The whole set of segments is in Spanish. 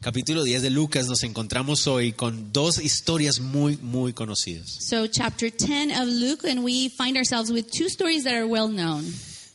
capítulo 10 de Lucas nos encontramos hoy con dos historias muy, muy conocidas. So, chapter 10 of Luke, and we find ourselves with two stories that are well known.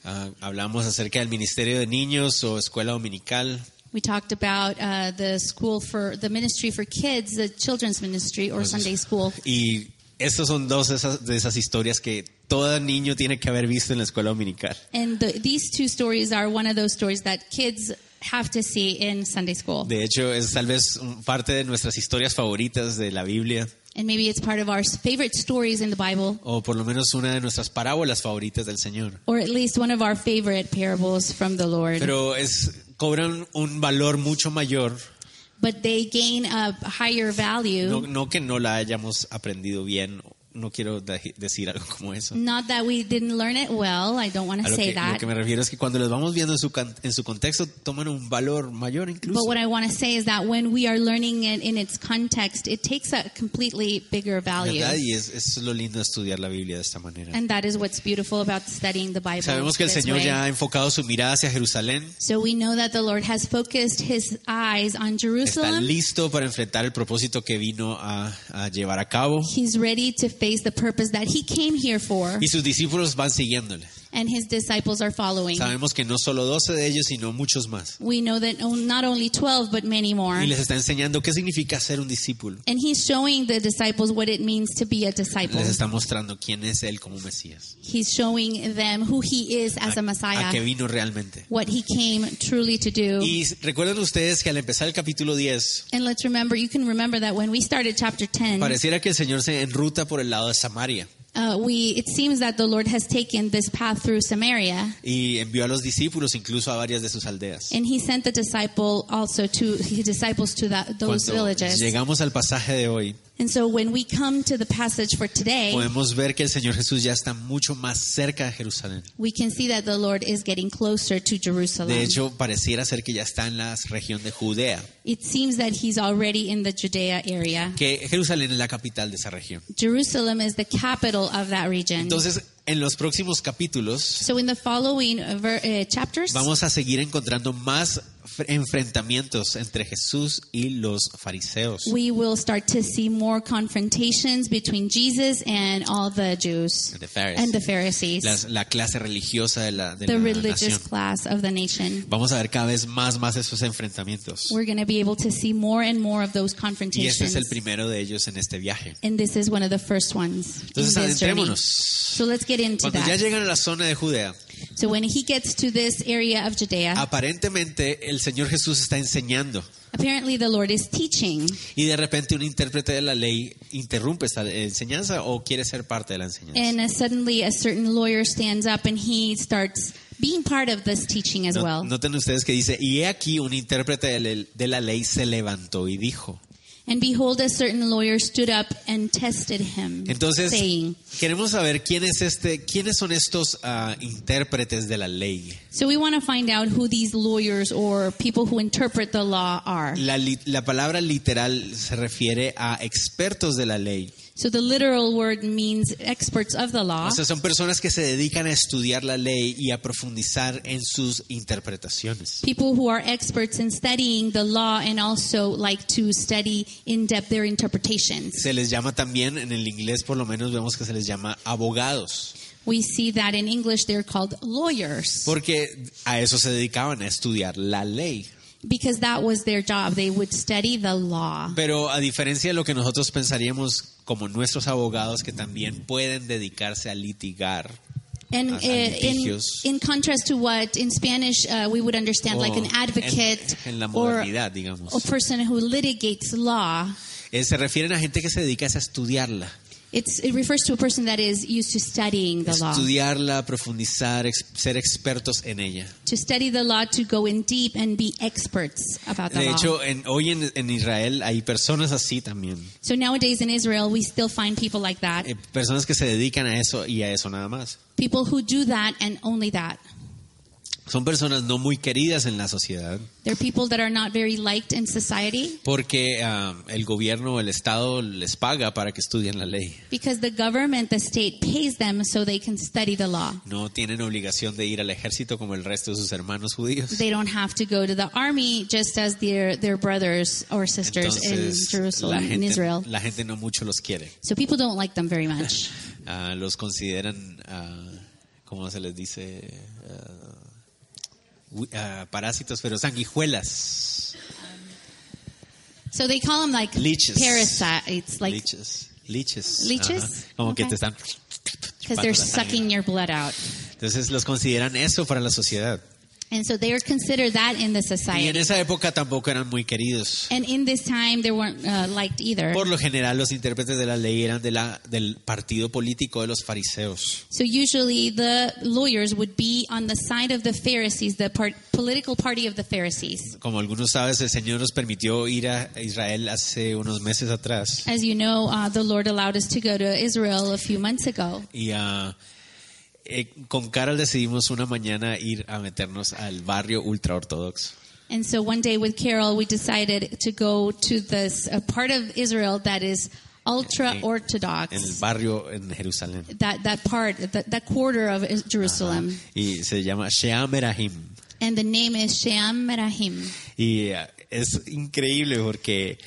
Ah, hablamos acerca del ministerio de niños o escuela dominical. We talked about uh, the school for the ministry for kids, the children's ministry or Sunday school. Y estas son dos de esas, de esas historias que todo niño tiene que haber visto en la escuela dominical. And the, these two stories are one of those stories that kids have to see in Sunday school. De hecho, es tal vez un- parte de nuestras historias favoritas de la Biblia, And maybe it's part of our favorite stories in the Bible, o por lo menos una de nuestras parábolas favoritas del Señor. or at least one of our favorite parables from the Lord. Pero es, cobran un valor mucho mayor, but they gain a higher value. no, no que no la hayamos aprendido bien, no quiero de- decir algo como eso. Not that we didn't learn it well, I don't want A to lo say que, lo that. que me refiero es que cuando los vamos viendo en su, can- en su contexto toman un valor mayor incluso. But what I want to say is that when we are learning it in its context, it takes a completely bigger value. ¿verdad? Y es, es lo lindo de estudiar la Biblia de esta manera. And that is what's beautiful about studying the Bible. Sabemos que el this Señor way. ya ha enfocado su mirada hacia Jerusalén. So we know that the Lord has focused his eyes on Está Jerusalem. listo para enfrentar el propósito que vino a, a llevar a cabo. He's ready to face the purpose that he came here for, Y sus discípulos van siguiéndole. and his disciples are following. Sabemos que no solo 12 de ellos, sino muchos más. We know that oh, not only 12, but many more. Y les está enseñando qué significa ser un discípulo. And he's showing the disciples what it means to be a disciple. Les está mostrando quién es Él como Mesías. He's showing them who he is as A, a a qué Messiah, vino realmente. what he came truly to do. Y recuerden ustedes que al empezar el capítulo 10, And let's remember, you can remember that when we started chapter 10, Pareciera que el Señor se enruta por el lado de Samaria uh, we, it seems that the Lord has taken this path through Samaria, y envió a los discípulos incluso a varias de sus aldeas. and he sent the disciple also to his disciples to that, those Cuando villages. llegamos al pasaje de hoy, And so when we come to the passage for today, podemos ver que el Señor Jesús ya está mucho más cerca de Jerusalén. we can see that the Lord is getting closer to De Jerusalem. hecho, pareciera ser que ya está en la región de Judea, It seems that he's already in the Judea area. que Jerusalén es la capital de esa región. Jerusalem is the capital of that region. Entonces, en los próximos capítulos So in the following uh, ver, uh, chapters, vamos a seguir encontrando más fr- enfrentamientos entre Jesús y los fariseos. we will start to see more confrontations between Jesus and all the Jews And the Pharisees. and the Pharisees, Las- la clase religiosa de la, de the la religious nación. class of the nation. Vamos a ver cada vez más, más esos enfrentamientos. We're going to be able to see more and more of those Y este confrontations. es el primero de ellos en este viaje. and this is one of the first ones in Entonces, this journey. adentrémonos. So let's get into Cuando ya that. llegan a la zona de Judea, So when he gets to this area of Judea, Ah. aparentemente el Señor Jesús está enseñando. apparently the Lord is teaching. Y de repente un intérprete de la ley interrumpe esta enseñanza o quiere ser parte de la enseñanza. And uh, suddenly a certain lawyer stands up and he starts being part of this teaching as No- well. Noten ustedes que dice, y he aquí un intérprete de la- de la ley se levantó y dijo. And behold, a certain lawyer stood up and tested him, Entonces, saying, queremos saber quién es este, quiénes son estos ah, intérpretes de la ley. So we want to find out who these lawyers or people who interpret the law are. La, li- la palabra literal se refiere a expertos de la ley. So the literal word means experts of the law. O sea, son personas que se dedican a estudiar la ley y a profundizar en sus interpretaciones. People who are experts in studying the law and also like to study in depth their interpretations. Se les llama también, en el inglés por lo menos vemos que se les llama abogados, We see that in English they're called lawyers porque a eso se dedicaban, a estudiar la ley. because that was their job. They would study the law. Pero a diferencia de lo que nosotros pensaríamos como nuestros abogados que también pueden dedicarse a litigar, And As uh, in, litigios. in contrast to what in Spanish uh, we would understand like o an advocate Oh, en, en la or modernidad, digamos. a person who litigates law, Eh, se refieren a gente que se dedica es a estudiarla. it's, it refers to a person that is used to studying the law. Estudiarla, profundizar, ex- ser expertos en ella. To study the law, to go in deep and be experts about the De law. hecho, en- hoy en, en Israel hay personas así también. so nowadays in Israel, we still find people like that. Eh, personas que se dedican a eso y a eso nada más. People who do that and only that. Son personas no muy queridas en la sociedad They're people that are not very liked in society porque ah, el gobierno o el Estado les paga para que estudien la ley. because the government, the state pays them so they can study the law. No tienen obligación de ir al ejército como el resto de sus hermanos judíos. They don't have to go to the army just as their, their brothers or sisters Entonces, in la Jerusalem, in gente, Israel. la gente no mucho los quiere. So people don't like them very much. Ah, los consideran, ah, ¿cómo se les dice? Ah, wi- ah, parásitos, pero sanguijuelas. So they call them like Leeches. parasites, like liches. Liches. Leeches? Ajá. Como que Ok. te están. because chupando they're la sangre. sucking your blood out. Entonces los consideran eso para la sociedad. And so they are considered that in the Y en society. esa época tampoco eran muy queridos. And in this time, they weren't uh, liked either. Por lo general, los intérpretes de la ley eran de la, del partido político de los fariseos. So usually the lawyers would be on the side of the Pharisees, the part, political party of the Pharisees. Como algunos sabes, el Señor nos permitió ir a Israel hace unos meses atrás. As you know, uh, the Lord allowed us to go to Israel a few months ago. Y ah, eh, con Carol decidimos una mañana ir a meternos al barrio ultraortodoxo. And so one day with Carol, we decided to go to this uh, part of Israel that is ultra En el Orthodox. barrio en Jerusalén. That, that part, that, that quarter of Is- Jerusalem. Y se llama Sheam Erahim. And the name is Sheam Merahim. Y ah, es increíble porque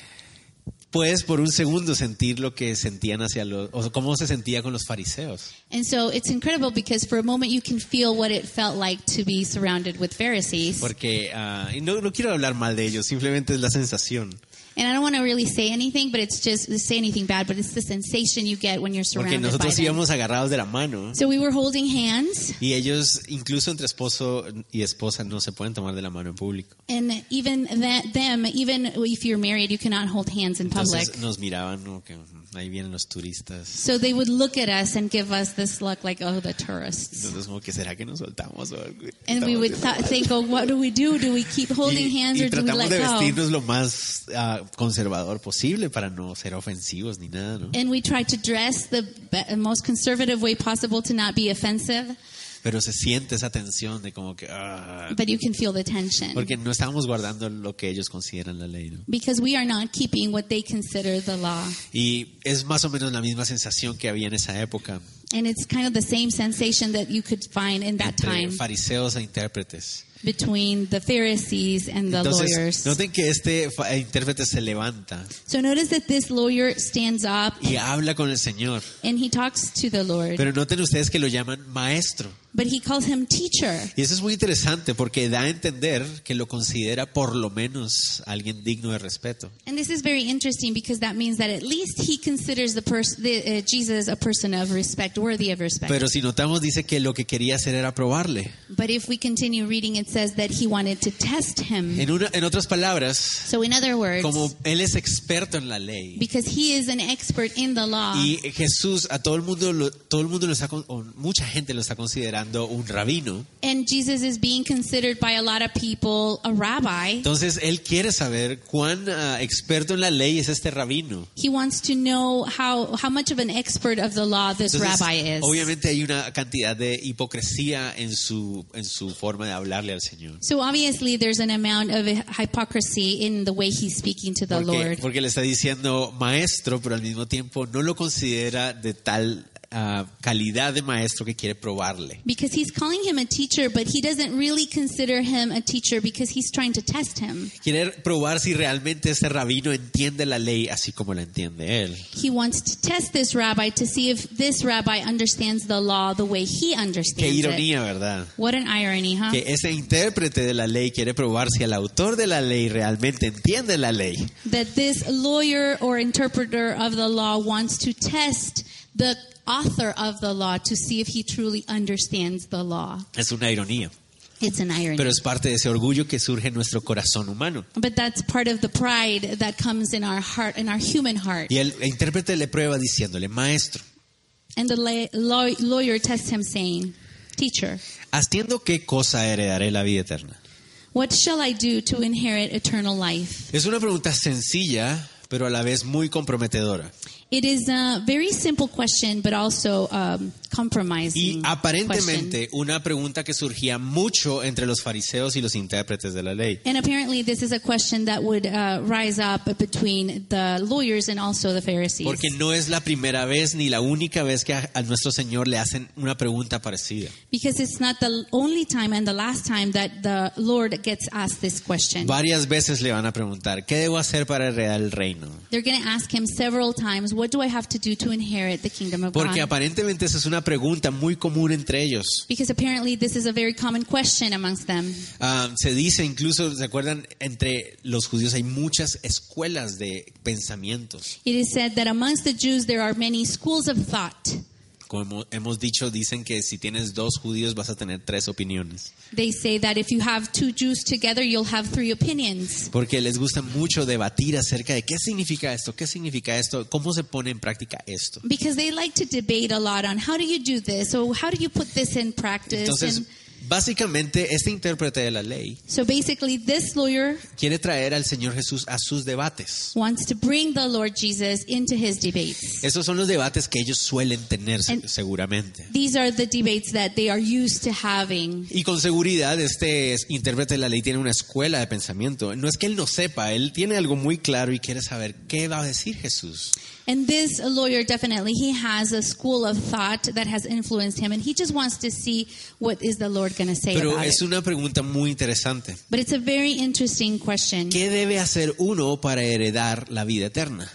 puedes por un segundo sentir lo que sentían hacia los. o cómo se sentía con los fariseos. And so it's incredible because for a moment you can feel what it felt like to be surrounded with Pharisees. Porque. ah, y no, no quiero hablar mal de ellos, simplemente es la sensación. And I don't want to really say anything, but it's just say anything bad, but it's the sensation you get when you're surrounded Porque by nosotros them. íbamos agarrados de la mano. So we were holding hands, Y ellos, incluso entre esposo y esposa, no se pueden tomar de la mano en público. and even that them, even if you're married, you cannot hold hands in public. Entonces nos miraban, ¿no? que ujú, ahí vienen los turistas. So they would look at us and give us this look like, oh, the tourists. Entonces, como que será que nos soltamos o algo? And we Estamos would haciendo th- mal. think, oh, what do we do? Do we keep holding y, hands y or do we tratamos let de go? vestirnos lo más ah, conservador posible para no ser ofensivos ni nada, ¿no? And we tried to dress the be- most conservative way possible to not be offensive. Pero se siente esa tensión de como que... ah, but you can feel the tension porque no estábamos guardando lo que ellos consideran la ley, ¿no? because we are not keeping what they consider the law Y es más o menos la misma sensación que había en esa época and it's kind of the same sensation that you could find in that entre time fariseos e intérpretes. between the pharisees and the Entonces, lawyers noten que este fa- intérprete se levanta so notice that this lawyer stands up y habla con el Señor. and he talks to the lord Pero noten ustedes que lo llaman maestro. but he calls him teacher Y eso es muy interesante porque da a entender que lo considera por lo menos alguien digno de respeto. and this is very interesting because that means that at least he considers the person the, uh, jesus a person of respect worthy of respect Pero si notamos dice que lo que quería hacer era probarle. but if we continue reading it says that he wanted to test him En, una- en otras palabras, so in other words como él es experto en la ley because he is an expert in the law. y Jesús a todo el mundo lo- todo el mundo lo está con- o mucha gente lo está considerando un rabino. and Jesus is being considered by a lot of people a rabbi. Entonces él quiere saber cuán ah, experto en la ley es este rabino. He wants to know how, how much of an expert of the law this Entonces, rabbi is. obviamente hay una cantidad de hipocresía en su en su forma de hablarle al Señor. So obviously there's an amount of hypocrisy in the way he's speaking to the Porque, Lord. porque le está diciendo maestro, pero al mismo tiempo no lo considera de tal ah, calidad de maestro que quiere probarle. Because he's calling him a teacher, but he doesn't really consider him a teacher because he's trying to test him. Quiere probar si realmente este rabino entiende la ley así como la entiende él. He wants to test this rabbi to see if this rabbi understands the law the way he Qué understands it. ironía, ¿verdad? What an irony, huh? Que ese intérprete de la ley quiere probar si el autor de la ley realmente entiende la ley. that this lawyer or interpreter of the law wants to test the author of the law to see if he truly understands the law. Es una ironía. It's an irony. Pero es parte de ese orgullo que surge en nuestro corazón humano. but that's part of the pride that comes in our heart, in our human heart. Y el intérprete le prueba diciéndole, maestro, And the la- law- lawyer tests him, saying, Teacher, ¿haciendo qué cosa heredaré la vida eterna? what shall I do to inherit eternal life? Es una pregunta sencilla, pero a la vez muy comprometedora. It is a very simple question, but also um, Y compromising question. aparentemente una pregunta que surgía mucho entre los fariseos y los intérpretes de la ley. And apparently, this is a question that would uh, rise up between the lawyers and also the Pharisees. Porque no es la primera vez ni la única vez que a, a nuestro Señor le hacen una pregunta parecida. Because it's not the only time and the last time that the Lord gets asked this question. Varias veces le van a preguntar, ¿qué debo hacer para heredar el reino? They're going to ask him several times, What do I have to do to inherit the kingdom of Porque God? aparentemente esa es una pregunta muy común entre ellos. Because apparently, this is a very common question amongst them. Ah, se dice incluso, ¿se acuerdan? Entre los judíos hay muchas escuelas de pensamientos. It is said that amongst the Jews, there are many schools of thought. Como hemos dicho, dicen que si tienes dos judíos vas a tener tres opiniones. They say that if you have two Jews together, you'll have three opinions. Porque les gusta mucho debatir acerca de qué significa esto, qué significa esto, cómo se pone en práctica esto. Because they like to debate a lot on how do you do this, or how do you put this in practice. Entonces, and básicamente, este intérprete de la ley so basically, this lawyer quiere traer al Señor Jesús a sus debates. wants to bring the Lord Jesus into his debates. Esos son los debates que ellos suelen tener se- And- seguramente. These are the debates that they are used to having. Y con seguridad este es- intérprete de la ley tiene una escuela de pensamiento. No es que él no sepa, él tiene algo muy claro y quiere saber qué va a decir Jesús. And this lawyer definitely he has a school of thought that has influenced him and he just wants to see what is the Lord going to say Pero about es it. una pregunta muy interesante. But it's a very interesting question. ¿Qué debe hacer uno para heredar la vida eterna?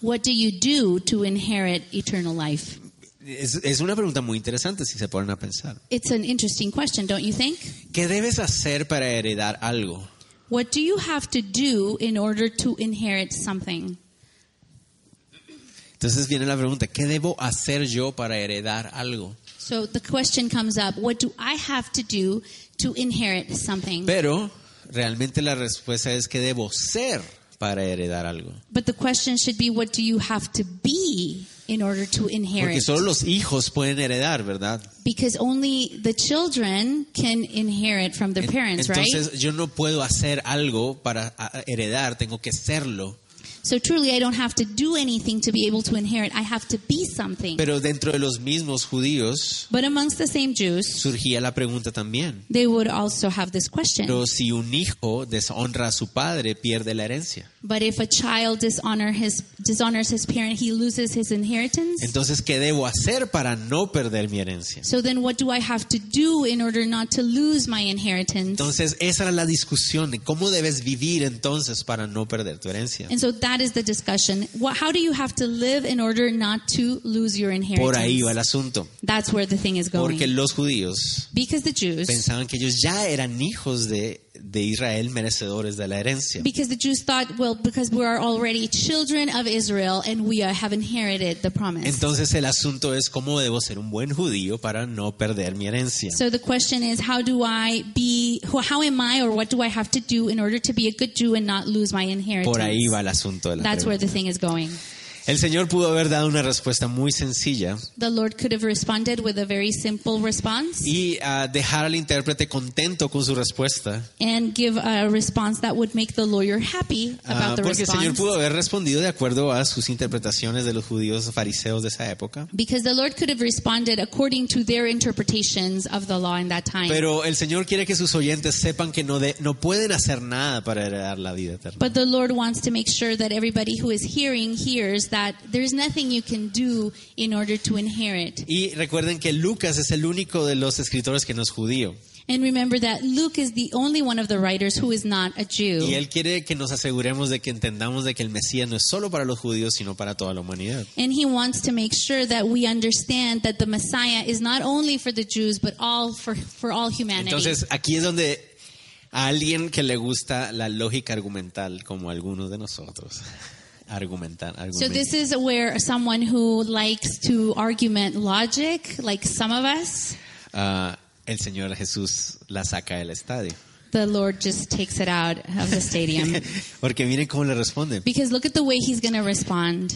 What do you do to inherit eternal life? Es, es una pregunta muy interesante si se ponen a pensar. It's an interesting question, don't you think? ¿Qué debes hacer para heredar algo? What do you have to do in order to inherit something? Entonces viene la pregunta, ¿qué debo hacer yo para heredar algo? So the question comes up, what do I have to do to inherit something? Pero realmente la respuesta es ¿qué debo ser para heredar algo? But the question should be, what do you have to be in order to Porque inherit? solo los hijos pueden heredar, ¿verdad? Because only the children can inherit from their parents, right? Entonces yo no puedo hacer algo para a- heredar, tengo que serlo. So truly, I don't have to do anything to be able to inherit. I have to be something. Pero dentro de los mismos judíos But amongst the same Jews, surgía la pregunta también. they would also have this question. Pero si un hijo deshonra a su padre, pierde la herencia. But if a child dishonor his, dishonors his parent, he loses his inheritance. Entonces, ¿qué debo hacer para no perder mi herencia? So then what do I have to do in order not to lose my inheritance? Entonces, esa era la discusión de cómo debes vivir entonces para no perder tu herencia. And so that is the discussion. What, how do you have to live in order not to lose your inheritance? Por ahí va el asunto. That's where the thing is going. Porque los judíos because the Jews, pensaban que ellos ya eran hijos de, de Israel merecedores de la herencia. because the Jews thought, well, because we are already children of Israel and we are, have inherited the promise. Entonces el asunto es cómo debo ser un buen judío para no perder mi herencia. so the question is, how do I be? who- How am I, or what do I have to do in order to be a good Jew and not lose my inheritance? Por ahí va el asunto de la That's where pregunta. the thing is going. El Señor pudo haber dado una respuesta muy sencilla The Lord could have responded with a very simple response y ah, dejar al intérprete contento con su respuesta. and give a response that would make the lawyer happy about Ah, the porque el Señor response. pudo haber respondido de acuerdo a sus interpretaciones de los judíos fariseos de esa época. Because the Lord could have responded according to their interpretations of the law in that time. Pero el Señor quiere que sus oyentes sepan que no, de- no pueden hacer nada para heredar la vida eterna. but the Lord wants to make sure that everybody who is hearing hears that there's nothing you can do in order to inherit. Y recuerden que Lucas es el único de los escritores que no es judío. And remember that Luke is the only one of the writers who is not a Y Jew. él quiere que nos aseguremos de que entendamos de que el Mesías no es solo para los judíos, sino para toda la humanidad. And he wants to make sure that we understand that the Messiah is not only for the Jews, but all for, for all humanity. Entonces, aquí es donde a alguien que le gusta la lógica argumental, como algunos de nosotros, argumentar, so argumentar. this is where someone who likes to argument logic, like some of us, Ah, el Señor Jesús la saca del estadio. the Lord just takes it out of the stadium. Porque miren cómo le responde. because look at the way he's going to respond.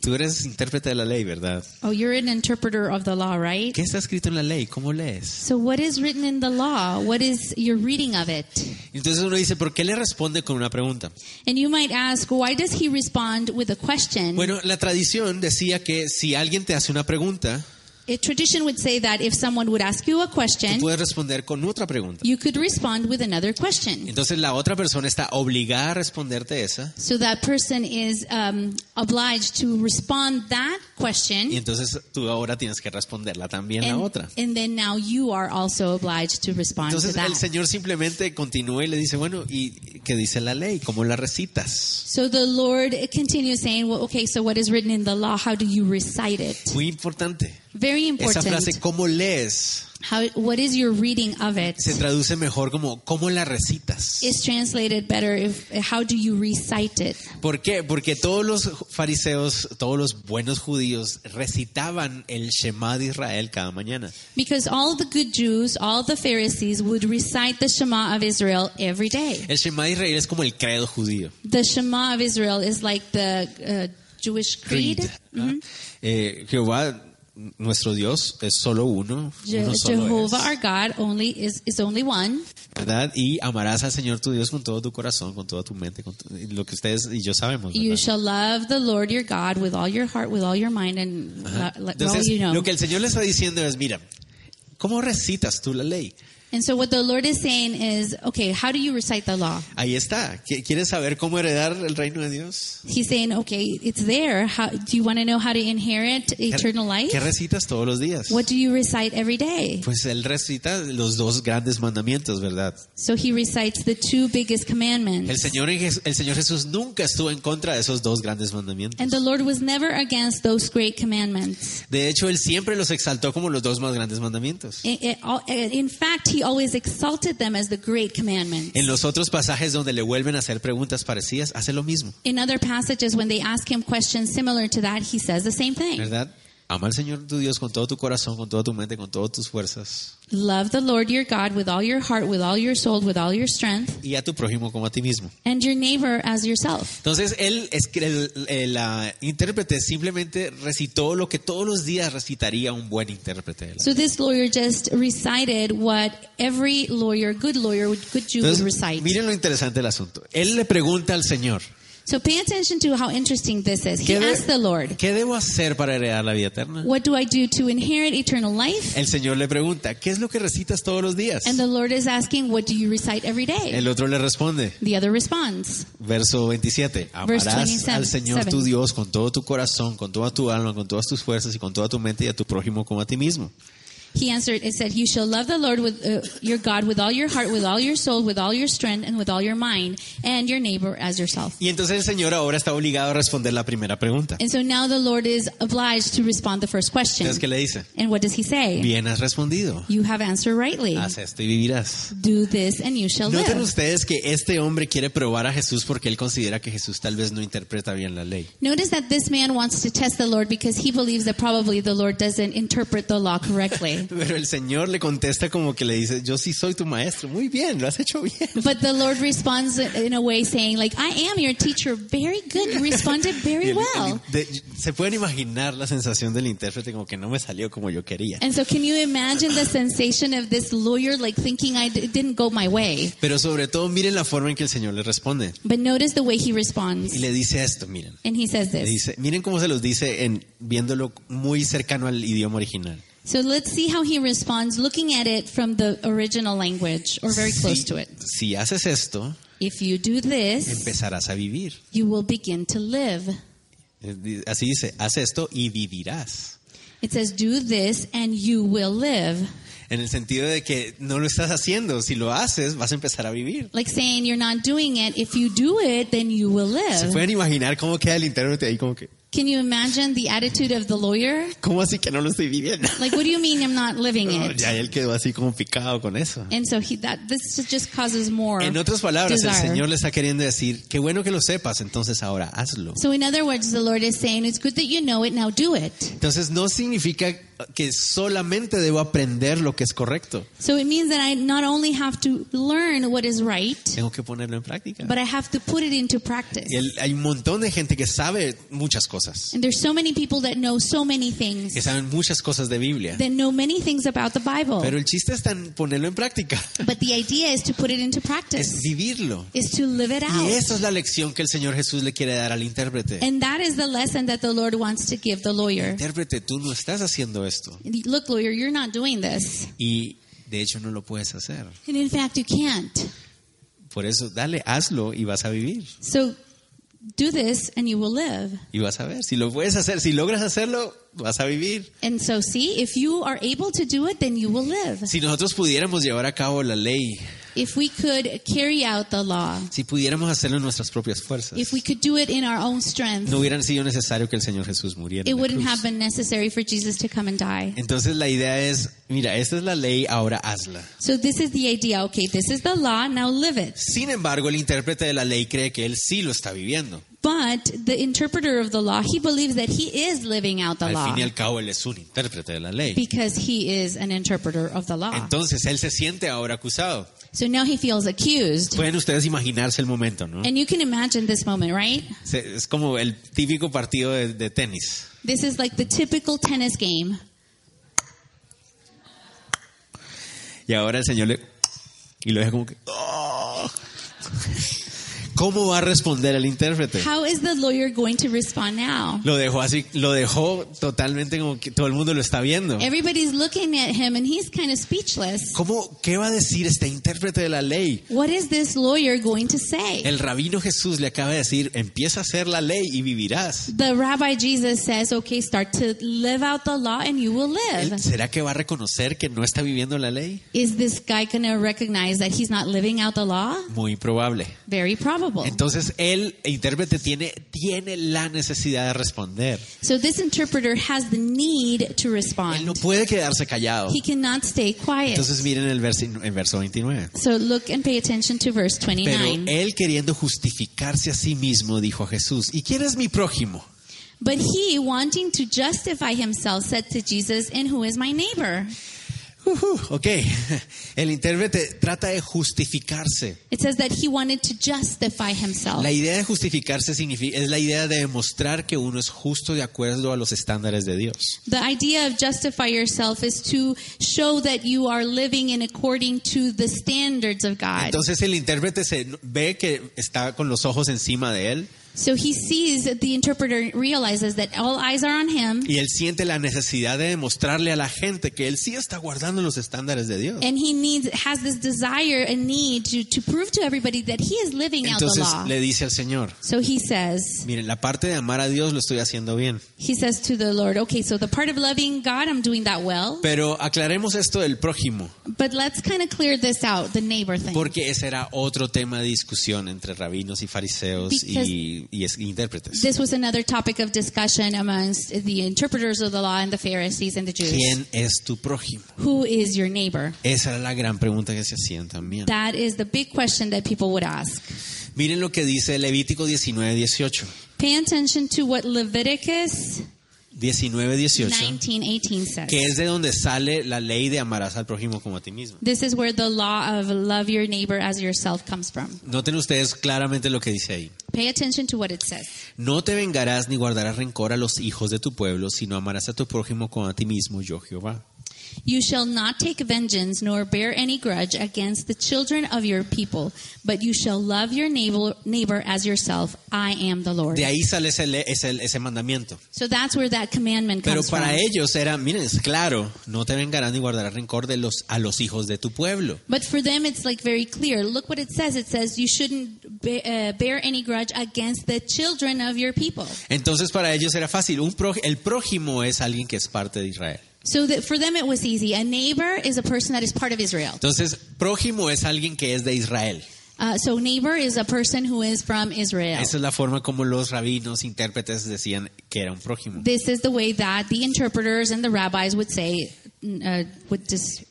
Tú eres intérprete de la ley, ¿verdad? Oh, you're an interpreter of the law, right? ¿Qué está escrito en la ley? ¿Cómo lees? So what is written in the law? What is your reading of it? Entonces uno dice, ¿por qué le responde con una pregunta? And you might ask, why does he respond with a question? Bueno, la tradición decía que si alguien te hace una pregunta, A tradition would say that if someone would ask you a tú question, puedes responder con otra pregunta. you could respond with another question. Entonces la otra persona está obligada a responderte esa So that person is um, obliged to respond that question, y entonces tú ahora tienes que responderla también la and, otra. and then now you are also obliged to respond to Entonces el that. Señor simplemente continúa y le dice, bueno, ¿y qué dice la ley? ¿Cómo la recitas? So the Lord continues saying, well, okay, so what is written in the law? How do you recite it? Muy importante. Very Esa frase, important. ¿cómo lees? How, what is your reading of it? Se traduce mejor como, ¿cómo la recitas? Is translated better if how do you recite it? ¿Por qué? Porque todos los fariseos, todos los buenos judíos recitaban el Shema de Israel cada mañana. Because all the good Jews, all the Pharisees would recite the Shema of Israel every day. El Shema de Israel es como el credo judío. The Shema of Israel is like the uh, Jewish creed. Mm-hmm. ¿no? Eh, Jehová, nuestro Dios, es solo uno. Je- uno solo Jehovah es, our God only is, is only one. ¿verdad? Y amarás al Señor tu Dios con todo tu corazón, con toda tu mente, con tu- lo que ustedes y yo sabemos. You ¿verdad? shall love the Lord your God with all your heart, with all your mind, and lo- lo- with all Entonces, you know. lo que el Señor le está diciendo es, mira, ¿cómo recitas tú la ley? And so what the Lord is saying is, okay, how do you recite the law? Ahí está. ¿Qui- ¿Quieres saber cómo heredar el reino de Dios? He's saying, okay, it's there. How, do you want to know how to inherit ¿Qué- eternal ¿Qué life? recitas todos los días? What do you recite every day? Pues él recita los dos grandes mandamientos, ¿verdad? So he recites the two biggest El commandments. Señor, en Jes- el Señor Jesús nunca estuvo en contra de esos dos grandes mandamientos. And the Lord was never against those great commandments. De hecho, Él siempre los exaltó como los dos más grandes mandamientos. I- I- all- In fact, he always exalted them as the great commandments. En los otros pasajes donde le vuelven a hacer preguntas parecidas, hace lo mismo, In other passages, when they ask him questions similar to that, he says the same thing. ¿verdad? Ama al Señor tu Dios con todo tu corazón, con toda tu mente, con todas tus fuerzas. Love the Lord your God with all your heart, with all your soul, with all your strength, Y a tu prójimo como a ti mismo. and your neighbor as yourself. Entonces, él, es que el, el, ah, intérprete simplemente recitó lo que todos los días recitaría un buen intérprete. de la So this lawyer just recited what every lawyer, good lawyer, would- good Jew would Entonces, recite. miren lo interesante del asunto. Él le pregunta al Señor, So pay attention to how interesting this is. He ¿qué, de- asked the Lord, ¿qué debo hacer para heredar la vida eterna? What do I do to inherit eternal life? El Señor le pregunta, ¿qué es lo que recitas todos los días? And the Lord is asking, What do you recite every day? El otro le responde, The other responds. verso 27, amarás Verse 27, al Señor tu seven. Dios con todo tu corazón, con toda tu alma, con todas tus fuerzas y con toda tu mente y a tu prójimo como a ti mismo. He answered, It said, You shall love the Lord with uh, your God with all your heart, with all your soul, with all your strength, and with all your mind, and your neighbor as yourself. Y entonces el Señor ahora está obligado a responder la primera pregunta. And so now the Lord is obliged to respond the first question. Entonces, ¿qué le dice? And what does he say? Bien has respondido, You have answered rightly. haz esto y vivirás. Do this and you shall Noten live. ustedes que este hombre quiere probar a Jesús porque él considera que Jesús tal vez no interpreta bien la ley. Notice that this man wants to test the Lord because he believes that probably the Lord doesn't interpret the law correctly. Pero el Señor le contesta como que le dice, yo sí soy tu maestro, muy bien, lo has hecho bien. But the Lord responds in a way saying, like, I am your teacher. Very good. You responded Y very el- well. el- de- se pueden imaginar la sensación del intérprete como que no me salió como yo quería. And so can you imagine the sensation of this lawyer, like thinking I d- it didn't go my way? Pero sobre todo miren la forma en que el Señor le responde. But notice the way he Y responds. le dice esto, miren. And he says Le this. dice, miren cómo se los dice en viéndolo muy cercano al idioma original. So let's see how he responds looking at it from the original language or very close Si- to it. si haces esto, If you do this, empezarás a vivir. you will begin to live. Así dice, haz esto y vivirás. It says, do this and you will live. En el sentido de que no lo estás haciendo. Si lo haces, vas a empezar a vivir. Like saying you're not doing it. If you do it, then you will ¿Se live. pueden imaginar cómo queda el intérprete ahí como que, Can you imagine the attitude of the lawyer? ¿cómo así que no lo estoy viviendo? Like, what do you mean I'm not living No, it? ya él quedó así como picado con eso. And so he, that this just causes more. En otras palabras, el desire. Señor le está queriendo decir, qué bueno que lo sepas, entonces ahora hazlo. So in other words, the Lord is saying, it's good that you know it, now do it. Entonces no significa que solamente debo aprender lo que es correcto. So it means that I not only have to learn what is right, Tengo que ponerlo en práctica. but I have to put it into practice. Y él- hay un montón de gente que sabe muchas cosas, And there's so many people that know so many things, que saben muchas cosas de Biblia. that know many things about the Bible. Pero el chiste está en ponerlo en práctica, but the idea is to put it into es practice, vivirlo. is to live it out. Y esa es la lección que el Señor Jesús le quiere dar al intérprete. And that is the lesson that the Lord wants to give the lawyer. Intérprete, tú no estás haciendo esto. Look, lawyer, you're not doing this. Y de hecho no lo puedes hacer. And in fact, you can't. Por eso, dale, hazlo y vas a vivir. So do this and you will live. Y vas a ver, si lo puedes hacer, si logras hacerlo, vas a vivir. And so, see, if you are able to do it, then you will live. Si nosotros pudiéramos llevar a cabo la ley, If we could carry out the law, si pudiéramos hacerlo en nuestras propias fuerzas, if we could do it in our own strength, no hubieran sido necesario que el Señor Jesús muriera. it en la wouldn't cruz. have been necessary for Jesus to come and die. Entonces la idea es, mira, esta es la ley, ahora hazla. So, this is the idea. Okay, this is the law, now live it. Sin embargo, el intérprete de la ley cree que él sí lo está viviendo. But the interpreter of the law, he believes that he is living out the Al law fin y al cabo, él es un intérprete de la ley. because he is an interpreter of the law. Entonces él se siente ahora acusado. So now he feels accused. Pueden ustedes imaginarse el momento, ¿no? And you can imagine this moment, right? Se- Es como el típico partido de, de tenis. This is like the typical tennis game. Y ahora el señor le... Y lo deja como que... "Oh". ¿Cómo va a responder el intérprete? How is the lawyer going to respond now? Lo dejó así, lo dejó totalmente como que todo el mundo lo está viendo. Everybody's looking at him and he's kind of speechless. ¿Cómo, ¿Qué va a decir este intérprete de la ley? What is this lawyer going to say? El rabino Jesús le acaba de decir, empieza a hacer la ley y vivirás. The rabbi Jesus says, okay, start to live out the law and you will Él- live. ¿Será que va a reconocer que no está viviendo la ley? Is this guy going to recognize that he's not living out the law? Muy probable. Very probable. Entonces el intérprete tiene, tiene la necesidad de responder. So this interpreter has the need Él to no respond. puede quedarse callado. He cannot stay quiet. Entonces miren el verso, el verso 29. So look and pay attention to verse Pero 29. él queriendo justificarse a sí mismo dijo a Jesús, ¿y quién es mi prójimo? But he, wanting to justify himself, said to Jesus, And who is my neighbor? Ujú, ok, el intérprete trata de justificarse. It says that he wanted to justify himself. La idea de justificarse signifi- es la idea de demostrar que uno es justo de acuerdo a los estándares de Dios. the idea of justify yourself is to show that you are living in according to the standards of God. Entonces el intérprete se ve que está con los ojos encima de él So he sees that the interpreter realizes that all eyes are on him, y él siente la necesidad de demostrarle a la gente que él sí está guardando los estándares de Dios. and he needs has this desire and need to, to prove to everybody that he is living out the Entonces law. le dice al Señor, so he says, miren, la parte de amar a Dios lo estoy haciendo bien. he says to the Lord, okay, so the part of loving God, I'm doing that well. Pero aclaremos esto del prójimo, But let's kind of clear this out, the neighbor thing. porque ese era otro tema de discusión entre rabinos y fariseos y, y es- intérpretes. this was another topic of discussion amongst the interpreters of the law and the Pharisees and the Jews. ¿Quién es tu prójimo? Who is your neighbor? Esa era la gran pregunta que se hacían también. That is the big question that people would ask. Miren lo que dice Levítico 19, 18. Pay attention to what Leviticus 19, 18. 19:18 says. Que es de donde sale la ley de amarás al prójimo como a ti mismo. This is where the law of love your neighbor as yourself comes from. Noten ustedes claramente lo que dice ahí. Pay attention to what it says. No te vengarás ni guardarás rencor a los hijos de tu pueblo, sino amarás a tu prójimo como a ti mismo, yo Jehová. You shall not take vengeance nor bear any grudge against the children of your people, but you shall love your neighbor, neighbor as yourself. I am the Lord. De ahí sale ese, le- ese- ese mandamiento. So that's where that commandment Pero comes from. para ellos era, miren, es claro, no te vengarás ni guardarás rencor de los, a los hijos de tu pueblo. But for them, it's like very clear. Look what it says. It says you shouldn't be, uh, bear any grudge against the children of your people. Entonces para ellos era fácil. Un proj- el prójimo es alguien que es parte de Israel. So that for them, it was easy. A neighbor is a person that is part of Israel. Entonces, prójimo es alguien que es de Israel. Uh, so neighbor is a person who is from Israel. Esa es la forma como los rabinos, intérpretes decían que era un prójimo. This is the way that the interpreters and the rabbis would say, uh, would des-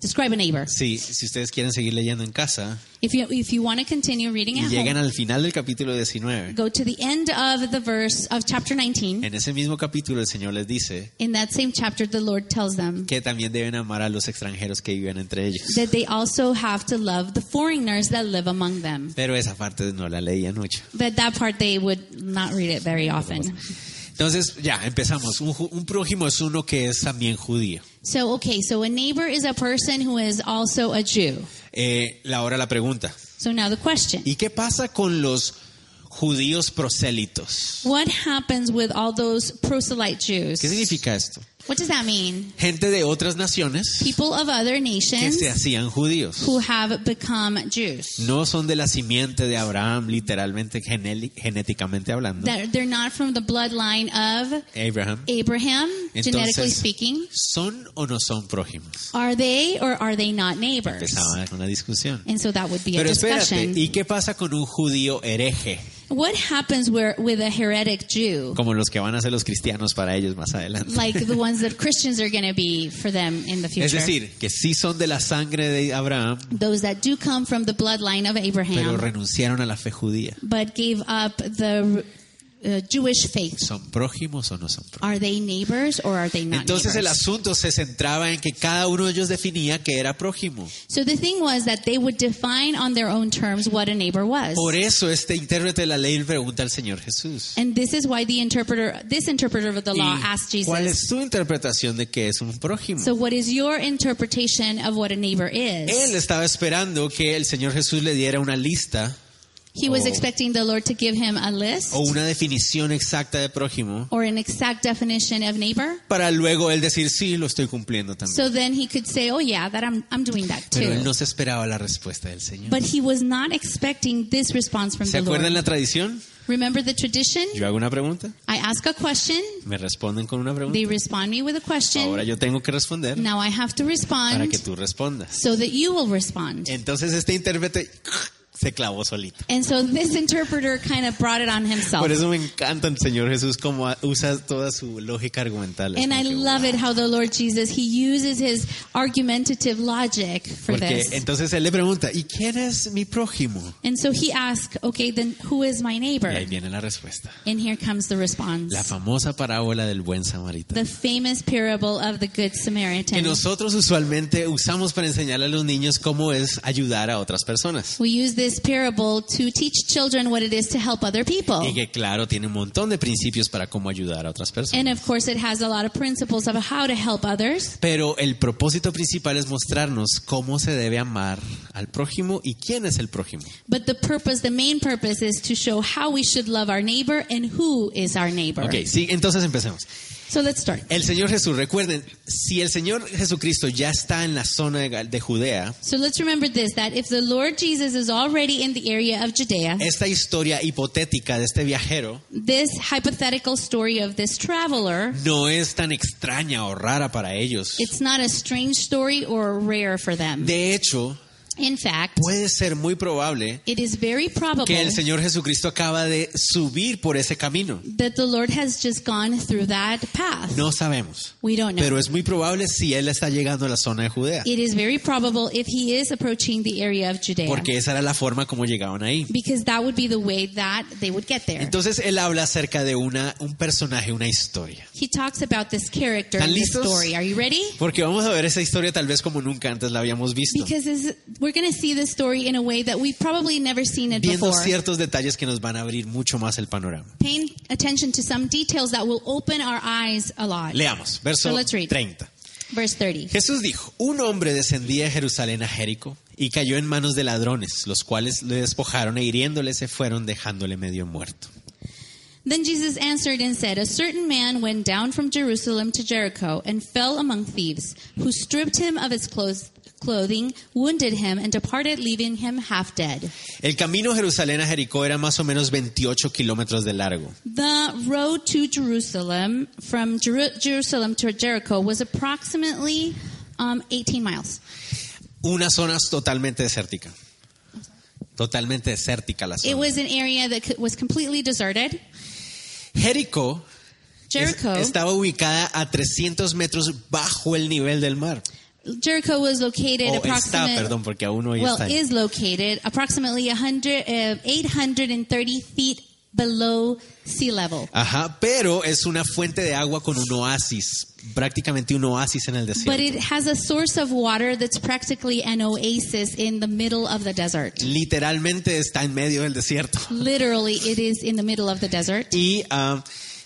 describe a neighbor. Sí, si ustedes quieren seguir leyendo en casa If you if you want to continue reading y at llegan home, al final del capítulo 19, go to the end of the verse of chapter 19. en ese mismo capítulo el Señor les dice In that same chapter, the Lord tells them que también deben amar a los extranjeros que viven entre ellos. that they also have to love the foreigners that live among them. Pero esa parte no la leían mucho. But that part they would not read it very often. Entonces, ya, empezamos. Un, ju- un prójimo es uno que es también judío. So, okay, so a neighbor is a person who is also a Jew. Eh, la- ahora la pregunta. So now the question. ¿Y qué pasa con los judíos prosélitos? What happens with all those proselyte ¿Qué Jews? significa esto? What does that mean? Gente de otras naciones People of other que nations se hacían judíos. who have become Jews. No son de la simiente de Abraham, literalmente, geneli- genéticamente hablando. That they're not from the bloodline of Abraham. Eh, Abraham, genetically Entonces- speaking. ¿Son o no son prójimos? Are they or are they not neighbors? Empezaba una discusión. And so that would be a Pero espérate, Eh, discussion. ¿y qué pasa con un judío hereje? What happens where, with a heretic Jew? Como los que van a ser los cristianos para ellos más adelante. Like the ones that Christians are going to be for them in the Es future. decir, que sí son de la sangre de Abraham, Those that do come from the bloodline of pero Abraham, renunciaron a la fe judía. but gave up the uh, Jewish faith. ¿Son prójimos o no son prójimos? Are they neighbors or are they not Entonces el neighbors? asunto se centraba en que cada uno de ellos definía que era prójimo. So the thing was that they would define on their own terms what a neighbor was. Por eso este intérprete de la ley le pregunta al Señor Jesús. And this is why the interpreter, this interpreter of the law ¿y asked ¿Cuál Jesus, es tu interpretación de qué es un prójimo? so what is your interpretation of what a neighbor is? Él estaba esperando que el Señor Jesús le diera una lista He was Oh. expecting the Lord to give him a list o una definición exacta de prójimo or an exact definition of neighbor. para luego él decir, sí, lo estoy cumpliendo también. So then he could say, oh yeah, that I'm, I'm doing that Pero él too. no se esperaba la respuesta del Señor. But he was not expecting this response from ¿Se the acuerdan la Lord. tradición? Remember the tradition? Yo hago una pregunta, I ask a question. me responden con una pregunta. They respond me with a question. Ahora yo tengo que responder Now I have to para que respond tú respondas. so that you will respond. Entonces este intérprete se clavó solito. And so this interpreter kind of brought it on himself. Por eso me encanta el Señor Jesús cómo a- usa toda su lógica argumental. Es And I como que, love wow. it how the Lord Jesus, he uses his argumentative logic for Porque this. entonces él le pregunta, ¿y quién es mi prójimo? And so he asks, okay, then who is my Y ahí neighbor? viene la respuesta. And here comes the La response. famosa parábola del buen samaritano. The famous parable of the Good Que Samaritan. nosotros usualmente usamos para enseñarle a los niños cómo es ayudar a otras personas. We use this parable to teach children what it is to help other people. Y que claro, tiene un montón de principios para cómo ayudar a otras And personas. of course, it has a lot of principles of how to help others. Pero el propósito principal es mostrarnos cómo se debe amar al prójimo y quién es el prójimo. But the purpose, the main purpose, is to show how we should love our neighbor and who is our neighbor. Ok, sí, entonces empecemos. So let's start. El Señor Jesús, recuerden, si el Señor Jesucristo ya está en la zona de Gal- de Judea, So let's remember this that if the Lord Jesus is already in the area of Judea, esta historia hipotética de este viajero this hypothetical story of this traveler, no es tan extraña o rara para ellos. it's not a strange story or rare for them. De hecho, In fact, puede ser muy probable it is very probable que el Señor Jesucristo acaba de subir por ese camino. that the Lord has just gone through that path. No sabemos, We don't know. pero es muy probable si Él está llegando a la zona de Judea, It is very probable if he is approaching the area of Judea. porque esa era la forma como llegaban ahí. Because that would be the way that they would get there. Entonces Él habla acerca de una, un personaje, una historia. He talks about this character ¿Están in this listos? story. Are you ready? Porque vamos a ver esa historia tal vez como nunca antes la habíamos visto, Because this, we're going to see this story in a way that we've probably never seen it viendo before. ciertos detalles que nos van a abrir mucho más el panorama. Paying attention to some details that will open our eyes a lot. Leamos, So verso let's read. 30. Verse 30. Jesús dijo, un hombre descendía de Jerusalén a Jericó y cayó en manos de ladrones, los cuales le despojaron e hiriéndole se fueron dejándole medio muerto. Then Jesus answered and said, A certain man went down from Jerusalem to Jericho and fell among thieves, who stripped him of his clothes, clothing, wounded him, and departed, leaving him half dead. El camino de Jerusalén a Jericó era más o menos 28 kilómetros de largo. The road to Jerusalem, from Jeru- Jerusalem to Jericho, was approximately um, 18 miles. Una zona totalmente desértica. Totalmente desértica la It zona. was an area that c- was completely deserted. Jericó es- Jericho, estaba ubicada a 300 metros bajo el nivel del mar. Jericho was located O Oh, está, approximately. perdón, porque aún hoy Well, está. ahí. is located approximately 100, uh, 830 feet below sea level. Ajá, pero es una fuente de agua con un oasis, prácticamente un oasis en el desierto. But it has a source of water that's practically an oasis in the middle of the desert. literalmente está en medio del desierto. Literally, it is in the middle of the desert. Y ah,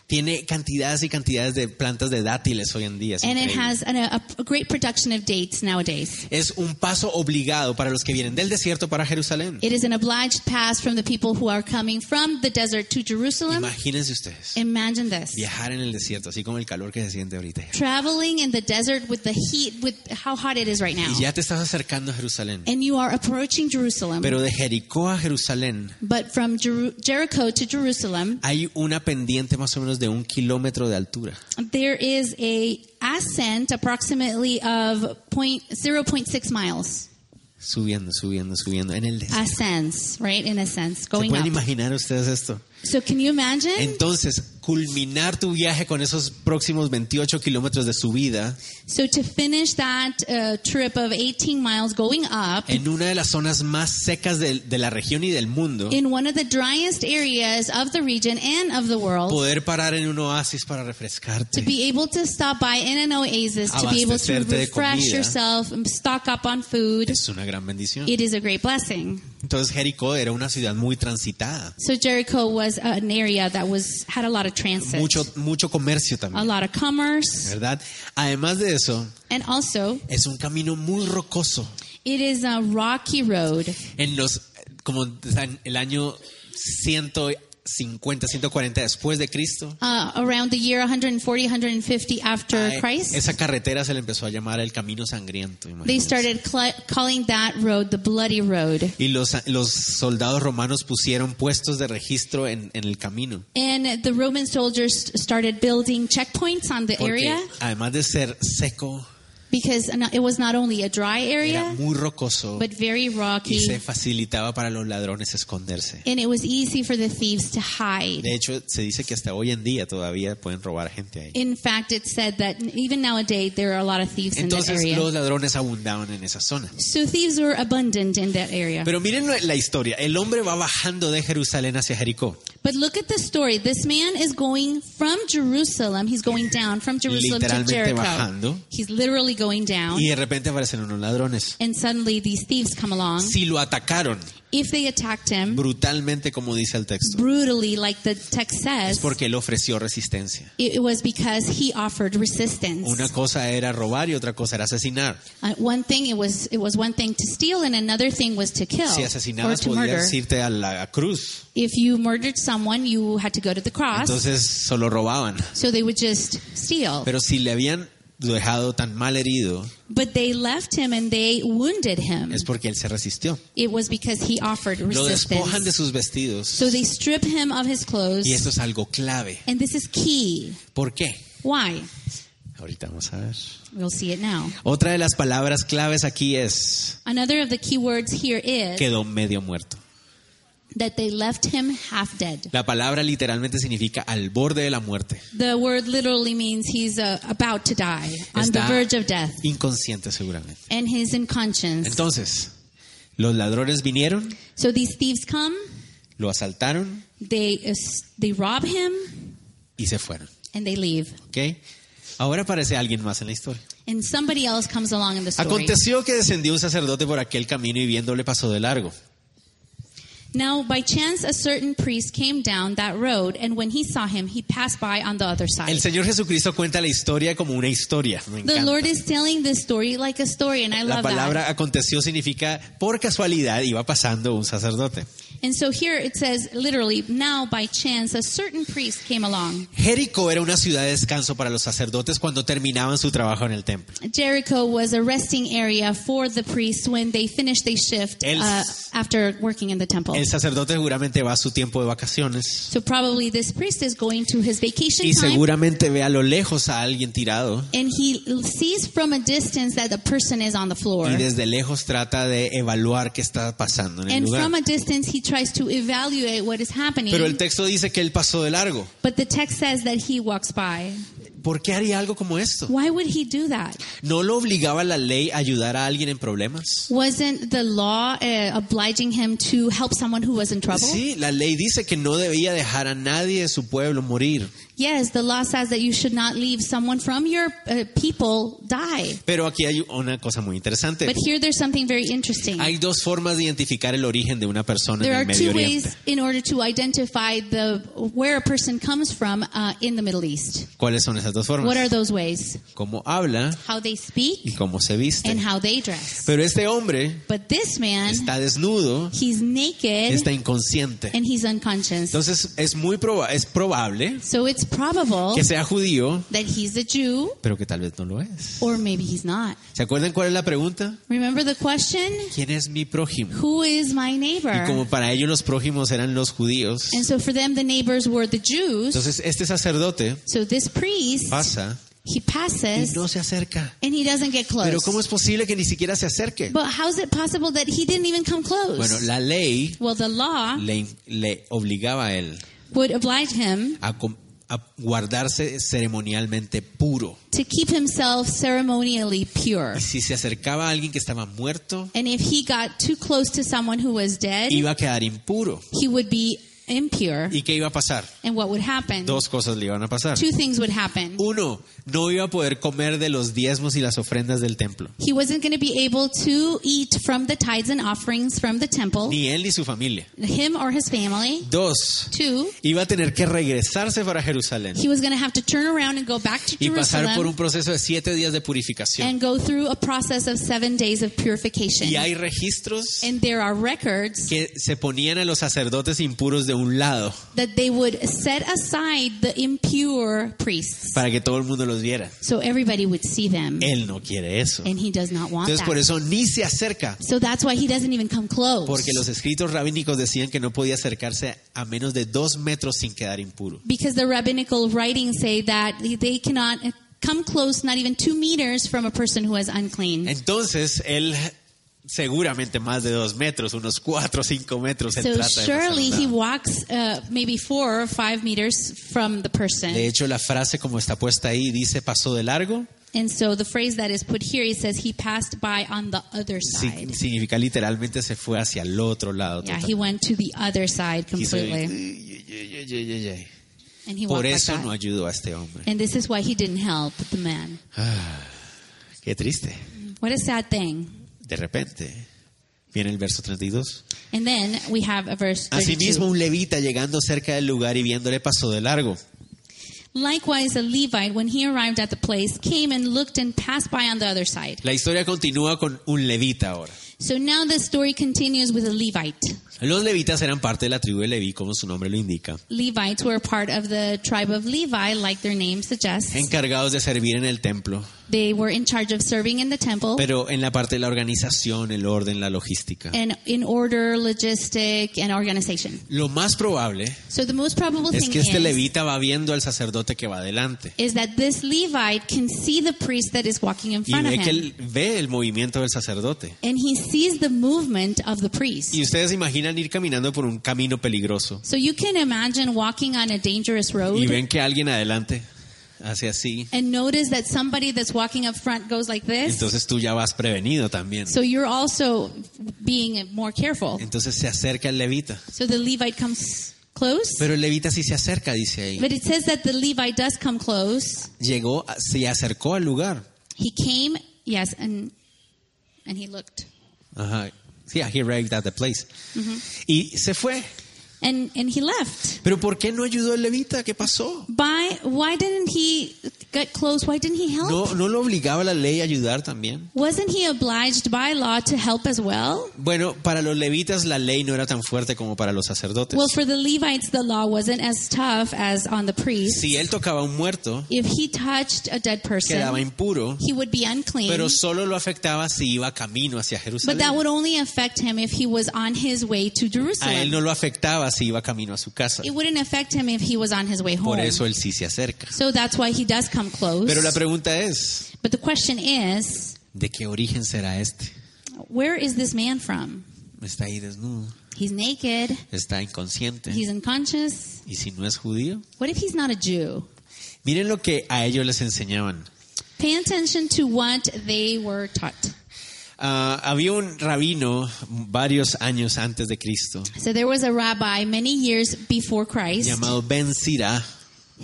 Tiene cantidades y cantidades de plantas de dátiles hoy en día. es and it increíble. has an, a, a great production of dates nowadays. es un paso obligado para los que vienen del desierto para Jerusalén. It is an obliged pass from the people who are coming from the desert to Jerusalem. Imagínense ustedes Imagine this. viajar en el desierto, así como el calor que se siente ahorita. Traveling in the desert with the heat, with how hot it is right now. Y ya te estás acercando a Jerusalén. And you are approaching Jerusalem. Pero de Jericó a Jerusalén but from Jeru- Jericho to Jerusalem, hay una pendiente más o menos de un kilómetro de altura. there is a ascent approximately of point, 0.6 miles. Subiendo, subiendo, subiendo en el desierto. Ascends, right? In a sense, ¿Se Ah, going pueden up. Ah. imaginar ustedes esto? So can you imagine? Entonces, culminar tu viaje con esos próximos 28 kilómetros de subida So to finish that uh, trip of 18 miles going up en una de las zonas más secas de, de la región y del mundo, in one of the driest areas of the region and of the world, poder parar en un oasis para to refrescarte, be able to stop by in an oasis, to be able to Abastecerte de refresh comida. yourself and stock up on food, es una gran bendición. it is a great blessing. Entonces, Jericó era una ciudad muy transitada, So Jericho was an area that was had a lot of transit, mucho, mucho comercio a también, lot of commerce, ¿verdad? Además de eso, and also es un camino muy rocoso. it is a rocky road. En los, como en el año 150, 140 después de Cristo, Uh, around the year 140, 150 after a- Christ, esa carretera se le empezó a llamar el camino sangriento. They imagínense. started cl- calling that road the Bloody Road. Y los, los soldados romanos pusieron puestos de registro en, en el camino. And the Roman soldiers started building checkpoints on the Porque area además de ser seco, because no- it was not only a dry era area, muy rocoso but very rocky. y se facilitaba para los ladrones esconderse. And it was easy for the thieves to hide. De hecho, se dice que hasta hoy en día todavía pueden robar gente ahí. In fact, it said that even nowadays there are a lot of thieves in that Entonces area. los ladrones abundaban en esa zona. So thieves were abundant in that area. Pero miren lo- la historia. El hombre va bajando de Jerusalén hacia Jericó. But look at the story. This man is going from Jerusalem. He's going down from Jerusalem to Literalmente Jericho. bajando. He's literally going down. Y de repente aparecen unos ladrones. And suddenly these thieves come along. Si lo atacaron If they attacked him brutalmente, como dice el texto, brutally, like the text es says, porque él ofreció resistencia. it was because he offered Una resistance. cosa era robar y otra cosa era asesinar. Uh, one thing it was it was one thing to steal, and another thing was to kill Si or asesinabas to murder. podías irte a la cruz. If you murdered someone, you had to go to the cross, Entonces solo robaban. so they would just steal. Pero si le habían dejado tan mal herido, But they left him and they wounded him. es porque él se resistió. It was because he offered Lo despojan de resistance. sus vestidos. So they strip him of his clothes, Y esto es algo clave. and this is key. ¿Por qué? Why? Ahorita vamos a ver. We'll see it now. Otra de las palabras claves aquí es Another of the key words here is quedó medio muerto. that they left him half dead. La palabra literalmente significa al borde de la muerte. The word literally means he's uh, about to die, on the Está verge of death, inconsciente seguramente. and he's in conscience. Entonces, los ladrones vinieron, So these thieves come, lo asaltaron they uh, s- they rob him, y se fueron. and they leave. ¿ok? Ahora aparece alguien más en la historia. And somebody else comes along in the story. Aconteció que descendió un sacerdote por aquel camino y viéndole pasó de largo. Now, by chance, a certain priest came down that road, and when he saw him, he passed by on the other El side. Señor Jesucristo cuenta la historia como una historia. Me The encanta. Lord is telling this story like a story, and I La love that. palabra aconteció significa por casualidad iba pasando un sacerdote. And so here it says literally, now by chance, a certain priest came along. Jericó era una ciudad de descanso para los sacerdotes cuando terminaban su trabajo en el templo. Jericho was a resting area for the priests when they finished their shift El- uh, after working in the temple. El sacerdote seguramente va a su tiempo de vacaciones so probably this priest is going to his vacation y time seguramente ve a lo lejos a alguien tirado and he sees from a distance that the person is on the floor. y desde lejos trata de evaluar qué está pasando en el And lugar. from a distance he tries to evaluate what is happening. Pero el texto dice que él pasó de largo. but the text says that he walks by. ¿Por qué haría algo como esto? Why would he do that? ¿No lo obligaba la ley a ayudar a alguien en problemas? Wasn't the law uh, obliging him to help someone who was in trouble? Sí, la ley dice que no debía dejar a nadie de su pueblo morir. Yes, the law says that you should not leave someone from your uh, people die. Pero aquí hay una cosa muy interesante. But here there's something very interesting. Hay dos formas de identificar el origen de una persona en There el are Medio two Oriente. ways in order to identify the where a person comes from uh, in the Middle East. ¿Cuáles son esas dos formas? What are those ways? Cómo habla How they y speak cómo se and viste. how they dress. Pero este hombre But this man, está desnudo, he's naked está inconsciente. and he's unconscious. Entonces es muy proba- es probable So it's probable que sea judío, that he's a Jew pero que tal vez no lo es. or maybe he's not. ¿Se acuerdan cuál es la pregunta? Remember the question? ¿Quién es mi prójimo? Who is my Y neighbor? como para ellos los prójimos eran los judíos, And so for them, the neighbors were the Jews. entonces este sacerdote So this priest, pasa he y passes no se acerca. and he doesn't get Pero ¿cómo close. es posible que ni siquiera se acerque? But how is it possible that he didn't even come Bueno, close? la ley Well, the law le, le obligaba a él would oblige him a, com- a guardarse ceremonialmente puro. to keep himself ceremonially pure. Y si se acercaba a alguien que estaba muerto, And if he got too close to someone who was dead, iba a quedar impuro. he would be impure. ¿Y qué iba a pasar? And what would happen? Dos cosas le iban a pasar. Two things would happen. Uno, no iba a poder comer de los diezmos y las ofrendas del templo. He wasn't going to be able to eat from the tithes and offerings from the temple, Ni él ni su familia. him or his family. Dos, Two, iba a tener que regresarse para Jerusalén he was going to have to turn around and go back to y pasar por Jerusalem un proceso de siete días de purificación. and go through a process of seven days of purification. Y hay registros And there are records que se ponían a los sacerdotes impuros de un lado that they would set aside the impure priests para que todo el mundo los viera. so everybody would see them. Él no quiere eso. And he does not want Entonces por that. eso ni se acerca, So that's why he doesn't even come close. porque los escritos rabínicos decían que no podía acercarse a menos de dos metros sin quedar impuro. Because the rabbinical writings say that they cannot come close, not even two meters from a person who is unclean. Entonces él seguramente más de dos metros, unos cuatro o cinco metros, él So trata de pasar surely al he lado. walks uh, maybe four or five meters from De the person. hecho, la frase como está puesta ahí dice pasó de largo, And so the phrase that is put here, he says he passed by on the other si- side. significa literalmente se fue hacia el otro lado. Yeah, total. he went to the other side Y se- completely. And he Por walked like eso no that. ayudó a este hombre. And this is why he didn't help the man. Qué triste. What a sad thing. De repente viene el verso 32. And then we have a verse 32. Asimismo, un levita llegando cerca del lugar y viéndole pasó de largo. Likewise, a Levite, when he arrived at the place, came and looked and passed by on the other side. La historia continúa con un levita ahora. So now the story continues with a Levite. Los levitas eran parte de la tribu de Leví, como su nombre lo indica, Levites were part of the tribe of Levi, like their name suggests. encargados de servir en el templo, They were in charge of serving in the temple pero en la parte de la organización, el orden, la logística. and in order, logistic, and organization. Lo más probable So the most probable es thing que este is, levita va viendo al sacerdote que va adelante is that this Levite can see the priest that is walking in y front of ve que him. él ve el movimiento del sacerdote. And he sees the movement of the priest. Y ustedes se imaginan ir caminando por un camino peligroso So you can imagine walking on a dangerous y road ven que alguien adelante hace así. and notice that somebody that's walking up front goes like this. Entonces tú ya vas prevenido también. so you're also being more careful. Entonces se acerca el levita. So the Levite comes close. Pero el levita sí se acerca, dice ahí. But it says that the Levite does come close. Llegó, se acercó al lugar. He came, yes, and and he looked. Ajá. Yeah, he arrived at the place. Y se fue. And and he left. Pero ¿por qué no ayudó el levita? ¿Qué pasó? By why didn't he get close? Why didn't he help? ¿No, ¿No lo obligaba la ley a ayudar también? Wasn't he obliged by law to help as well? Bueno, para los levitas la ley no era tan fuerte como para los sacerdotes. Well, for the Levites, the law wasn't as tough as on the priests. si él tocaba a un muerto, If he touched a quedaba dead person, impuro, he would be unclean. pero solo lo afectaba si iba camino hacia But that Jerusalén. would only affect him if he was on his way A to Ah, él Jerusalem. no lo afectaba si iba camino a su casa. It wouldn't affect him if he was on his way home. Por eso él sí se acerca. So that's why he does come close. Pero la pregunta es, But the question is, ¿de qué origen será este? where is this man from? Está ahí desnudo, He's naked. está inconsciente. He's unconscious. ¿Y si no es judío? What if he's not a Jew? Miren lo que a ellos les enseñaban. Pay attention to what they were taught. Ah, había un rabino varios años antes de Cristo So there was a rabbi many years before Christ. llamado Ben Sira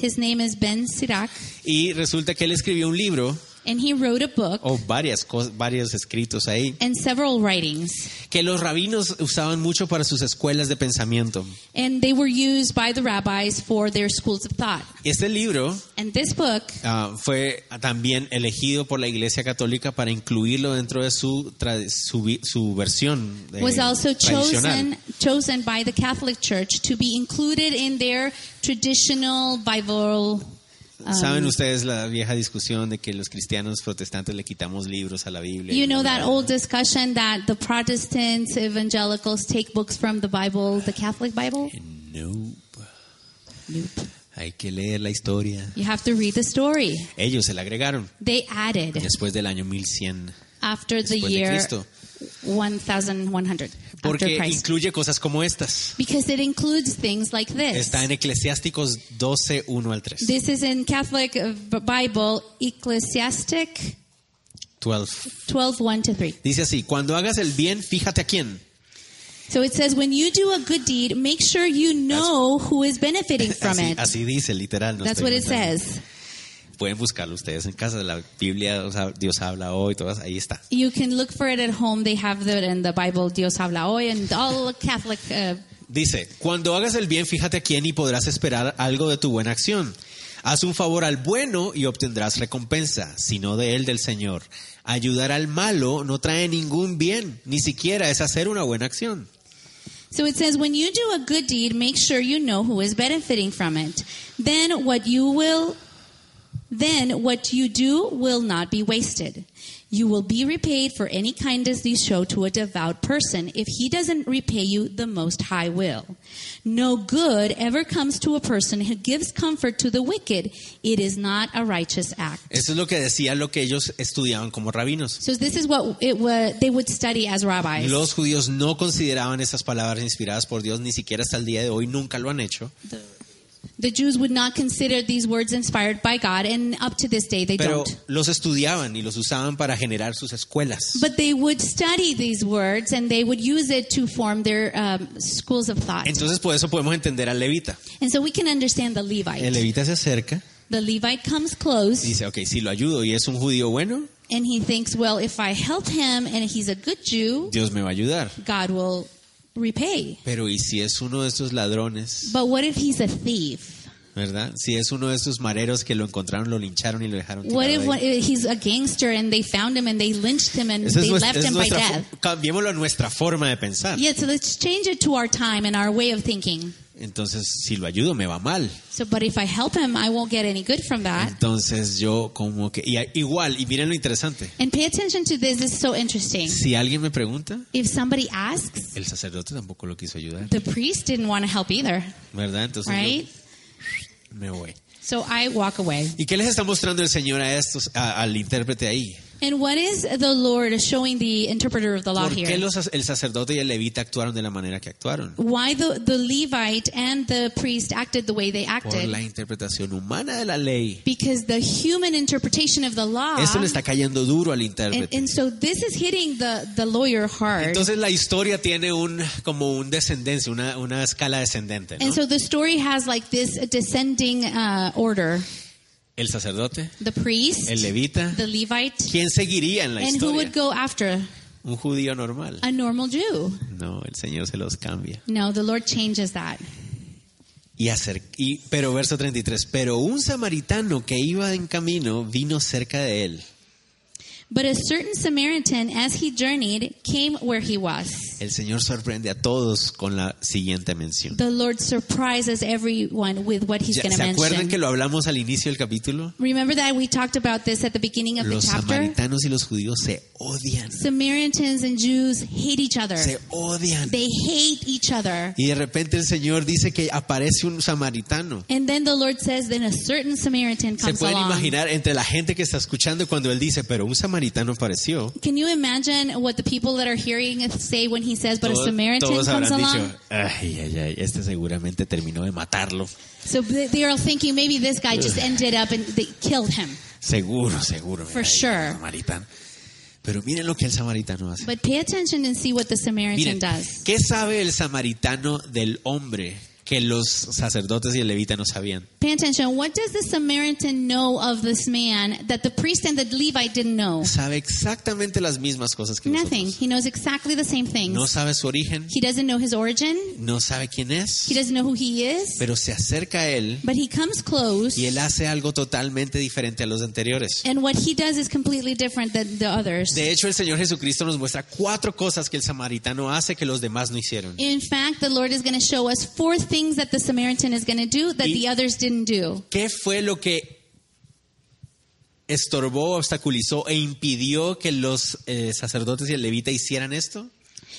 His name is Ben Sirach, y resulta que él escribió un libro and he wrote a book o varias cosas, varios escritos ahí and several writings. que los rabinos usaban mucho para sus escuelas de pensamiento. And they were used by the rabbis for their schools of thought. Este libro And this book ah, fue también elegido por la Iglesia Católica para incluirlo dentro de su tra- su, vi- su versión eh, was also tradicional. chosen chosen by the Catholic Church to be included in their traditional Bible. um, Saben ustedes la vieja discusión de que los cristianos protestantes le quitamos libros a la Biblia. You know that old discussion that the Protestants, evangelicals take books from the Bible, the Catholic Bible? No, Nope. Eh, hay que leer la historia. You have to read the story. Ellos se la agregaron They added después del año 1100 after the después de year Cristo, 1100 after porque Christ. incluye cosas como estas. Because it includes things like this. Está en Eclesiásticos 12, 1 al 3. This is in Catholic uh, Bible, Ecclesiastic 12. 12, 1 to 3. Dice así, cuando hagas el bien, fíjate a quién. So it says, when you do a good deed, make sure you know who is benefiting from Así, it. así dice, literal. no That's estoy what it inventando. says. Pueden buscarlo ustedes en casa. La Biblia, o sea, Dios habla hoy, todas, ahí está. You can look for it at home. They have it in the Bible, Dios habla hoy, and all Catholic. Uh, Dice, cuando hagas el bien, fíjate a quién y podrás esperar algo de tu buena acción. Haz un favor al bueno y obtendrás recompensa, sino de él del Señor. Ayudar al malo no trae ningún bien, ni siquiera es hacer una buena acción. so it says, when you do a good deed, make sure you know who is benefiting from it. Then what you will, then what you do will not be wasted. You will be repaid for any kindness you show to a devout person if he doesn't repay you the Most High will. No good ever comes to a person who gives comfort to the wicked. It is not a righteous act. Eso es lo que decía lo que ellos estudiaban como rabinos. So this is what it wa they would study as rabbis. Los judíos no consideraban esas palabras inspiradas por Dios, ni siquiera hasta el día de hoy, nunca lo han hecho. the Jews would not consider these words inspired by God, and up to this day they Pero don't. los estudiaban y los usaban para generar sus escuelas. But they would study these words and they would use it to form their um, schools of thought. Entonces por eso podemos entender al levita. and so we can understand the El Levite. levita se acerca The Levite comes y close dice, ok, si lo ayudo y es un judío bueno, and he thinks, well, if I help him and he's a good Jew, Dios me va a ayudar. God will repay. Pero ¿y si es uno de estos ladrones, But what if he's a thief? verdad? Si es uno de estos mareros que lo encontraron, lo lincharon y lo dejaron tirado What if ahí. what, he's a gangster and they found him and they lynched him and Esa es they nuestra- left es him by nuestra death? fo- cambiémoslo a nuestra forma de pensar. Yeah, so let's change it to our time and our way of thinking. Entonces, si lo ayudo, me va mal. So, but if I help him, I won't get any good from that. Entonces yo como que... Y, a- igual, y miren lo interesante. And pay attention to this, this is so interesting. Si alguien me pregunta, If somebody asks, el sacerdote tampoco lo quiso ayudar, the priest didn't want to help either, ¿verdad? Entonces yo right? me voy. So I walk away. ¿Y qué les está mostrando el Señor a estos, a- al intérprete ahí? And what is the Lord showing the interpreter of the law ¿Por qué here? los, el sacerdote y el levita actuaron de la manera que actuaron? Why the, the Levite and the priest acted the way they Por la acted? interpretación humana de la ley. Because the human interpretation of the law. Esto le está cayendo duro al and, intérprete. and so this is hitting the, the lawyer hard. Entonces la historia tiene un como un descendencia, una, una escala descendente. ¿no? And so the story has like this descending uh, order. El sacerdote, The priest, el levita. the Levite, ¿Quién seguiría en la and historia? who would go after? Un judío normal. A normal Jew. No, el Señor se los cambia. No, the Lord changes that. Y acer- y, pero verso 33, pero un samaritano que iba en camino vino cerca de él. But a certain Samaritan, as he journeyed, came where he was. El Señor sorprende a todos con la siguiente mención. The Lord surprises everyone with what he's Ya, going to ¿Se acuerdan mention. que lo hablamos al inicio del capítulo? Remember that we talked about this at the beginning of Los the chapter? samaritanos y los judíos se odian, Samaritans and Jews hate each other. se odian. They hate each other. Y de repente el Señor dice que aparece un samaritano. And then the Lord says, then a certain Samaritan Se comes pueden along. imaginar entre la gente que está escuchando cuando él dice, pero un samaritano apareció, Can you imagine what the people that are hearing it say when he says, but a todos, Samaritan todos comes habrán along? dicho, ay, ay, ay, este seguramente terminó de matarlo. So they they are all thinking maybe this guy just ended up and they killed him. Seguro, seguro. For mira, ahí, sure. el samaritano. Pero miren lo que el samaritano hace. But pay attention and see what the Samaritan Miren, does. ¿qué sabe el samaritano del hombre que los sacerdotes y el levita no sabían? Pay attention. What does the Samaritan know of this man that the priest and the Levite didn't know? Sabe exactamente las mismas cosas que Nothing. nosotros. He knows exactly the same things. No sabe su origen, He doesn't know his origin. no sabe quién He es, doesn't know who he is. pero se acerca a él But he comes close. y él hace algo totalmente diferente a los anteriores. And what he does is completely different than the others. De hecho, el Señor Jesucristo nos muestra cuatro cosas que el samaritano hace que los demás no hicieron. In fact, the Lord is going to show us four things that the Samaritan is going to do that Y- the others didn't do. ¿Qué fue lo que estorbó, obstaculizó e impidió que los eh, sacerdotes y el levita hicieran esto?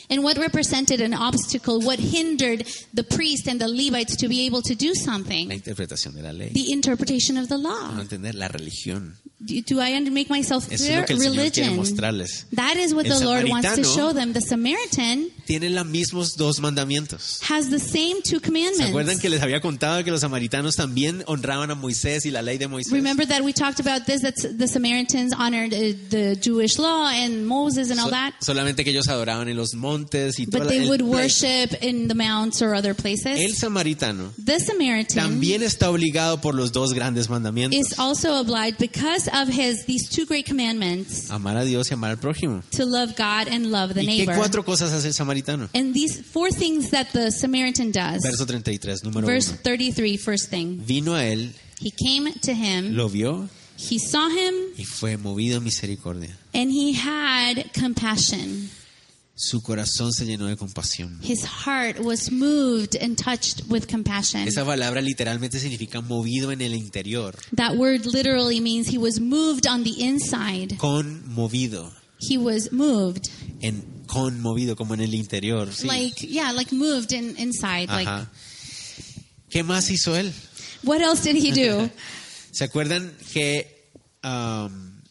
And what represented an obstacle, what hindered the priest and the Levites to be able to do La something? interpretación de la ley. The interpretation of the No law. entender la religión. Do, do I make myself Uh-huh. Eso es clear? lo que el Señor quiere Religion. mostrarles. That is what El the Lord wants to samaritano- show them. The Samaritan Tienen los mismos dos mandamientos. has the same two ¿Se acuerdan commandments. que les había contado que los samaritanos también honraban a Moisés y la ley de Moisés? Remember that we talked about this that the Samaritans honored uh, the Jewish law and Moses and all So- that, solamente que ellos adoraban en los montes y but toda la- they el- would la- worship in the mounts or other El places. samaritano The Samaritan también está obligado por los dos grandes mandamientos. is also obliged because of his these two great commandments Amar a Dios y amar al prójimo. to love God and love the ¿Y qué neighbor. cuatro cosas hace el samaritano? And these four things that the Samaritan does. Verso 33, número Verse 1. 33, first thing. Vino a él, He came to him, lo vio he saw him, y fue movido a misericordia. and he had compassion. Su corazón se llenó de compasión. His heart was moved and touched with compassion. Esa palabra literalmente significa movido en el interior, That word literally means he was moved on the inside. conmovido, He was moved. en conmovido como en el interior. sí. Like, yeah, like moved in, inside. Like, Ajá. ¿Qué más hizo él? what else did he do? ¿Se acuerdan que um, am,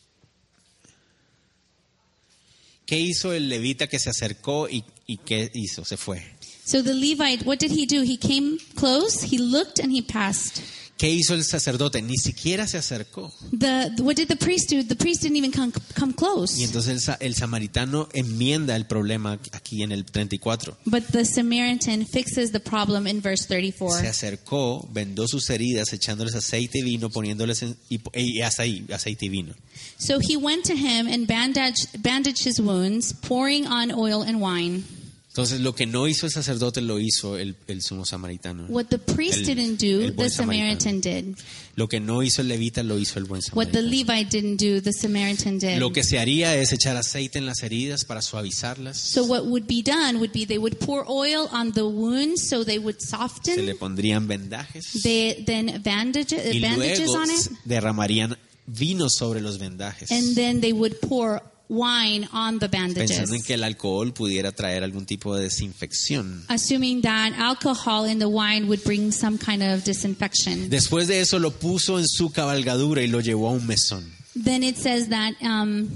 qué hizo el levita que se acercó y, y qué hizo? Se fue. so the Levite, what did he do? He came close, he looked, and he passed. ¿Qué hizo el sacerdote? Ni siquiera se acercó. The What did the priest do? The priest didn't even come, come Y close. entonces el, sa- el samaritano enmienda el problema aquí en el 34. But the Samaritan fixes the problem in verse 34. Se acercó, vendó sus heridas, echándoles aceite y vino, poniéndoles en- y, po- y hasta ahí, aceite y vino. So he went to him and bandaged, bandaged his wounds, pouring on oil and wine. Entonces lo que no hizo el sacerdote lo hizo el, el sumo samaritano. What the priest El- didn't do, el buen the Samaritan samaritano. did. Lo que no hizo el levita lo hizo el buen What the samaritano. Levite didn't do, the Samaritan did. Lo que se haría es echar aceite en las heridas para suavizarlas. So what would be done would be they would pour oil on the wounds so they would Se le soften. pondrían vendajes They then bandage, y bandages luego on it, s- derramarían vino sobre los vendajes, and then they would pour wine on the pensando en bandages, que el alcohol pudiera traer algún tipo de desinfección. assuming that alcohol in the wine would bring some kind of disinfection. Después de eso lo puso en su cabalgadura y lo llevó a un mesón. Then it says that um,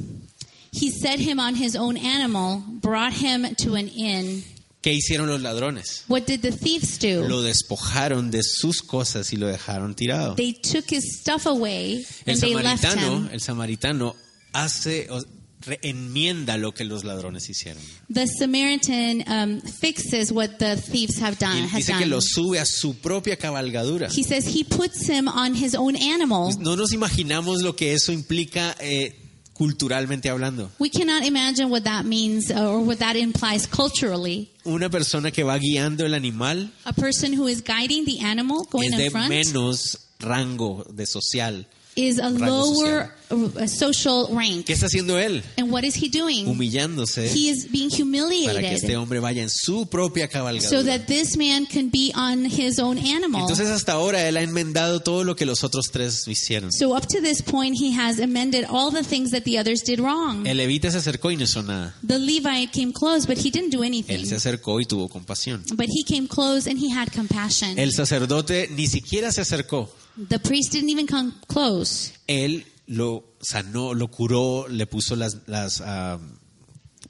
he set him on his own animal, brought him to an inn. ¿Qué hicieron los ladrones? What did the thieves do? Lo despojaron de sus cosas y lo dejaron tirado. they took his stuff away El and they left samaritano, eh, him. el samaritano hace o- re- enmienda lo que los ladrones hicieron. The Samaritan um, fixes what the thieves have done. Y has dice que done. lo sube a su propia cabalgadura. He says he puts him on his own animal. No nos imaginamos lo que eso implica eh, culturalmente hablando. We cannot imagine what that means uh, or what that implies culturally. Una persona que va guiando el animal A person who is guiding the animal es going in de front menos rango de social. is a rango lower uh, social rank. ¿Qué está haciendo él? And what is he doing? Humillándose. He is being para que este humiliated hombre vaya en su propia so cabalgadura. that this man can be on his own animal. Entonces hasta ahora él ha enmendado todo lo que los otros tres hicieron. So up to this point, he has amended all the things that the others did wrong. El levita se acercó y no hizo nada. The Levite came close, but he didn't do Él se anything. acercó y tuvo compasión. But he came close and he had compassion. El sacerdote ni siquiera se acercó. The priest didn't even come close. Él lo sanó, lo curó, le puso las, las ah,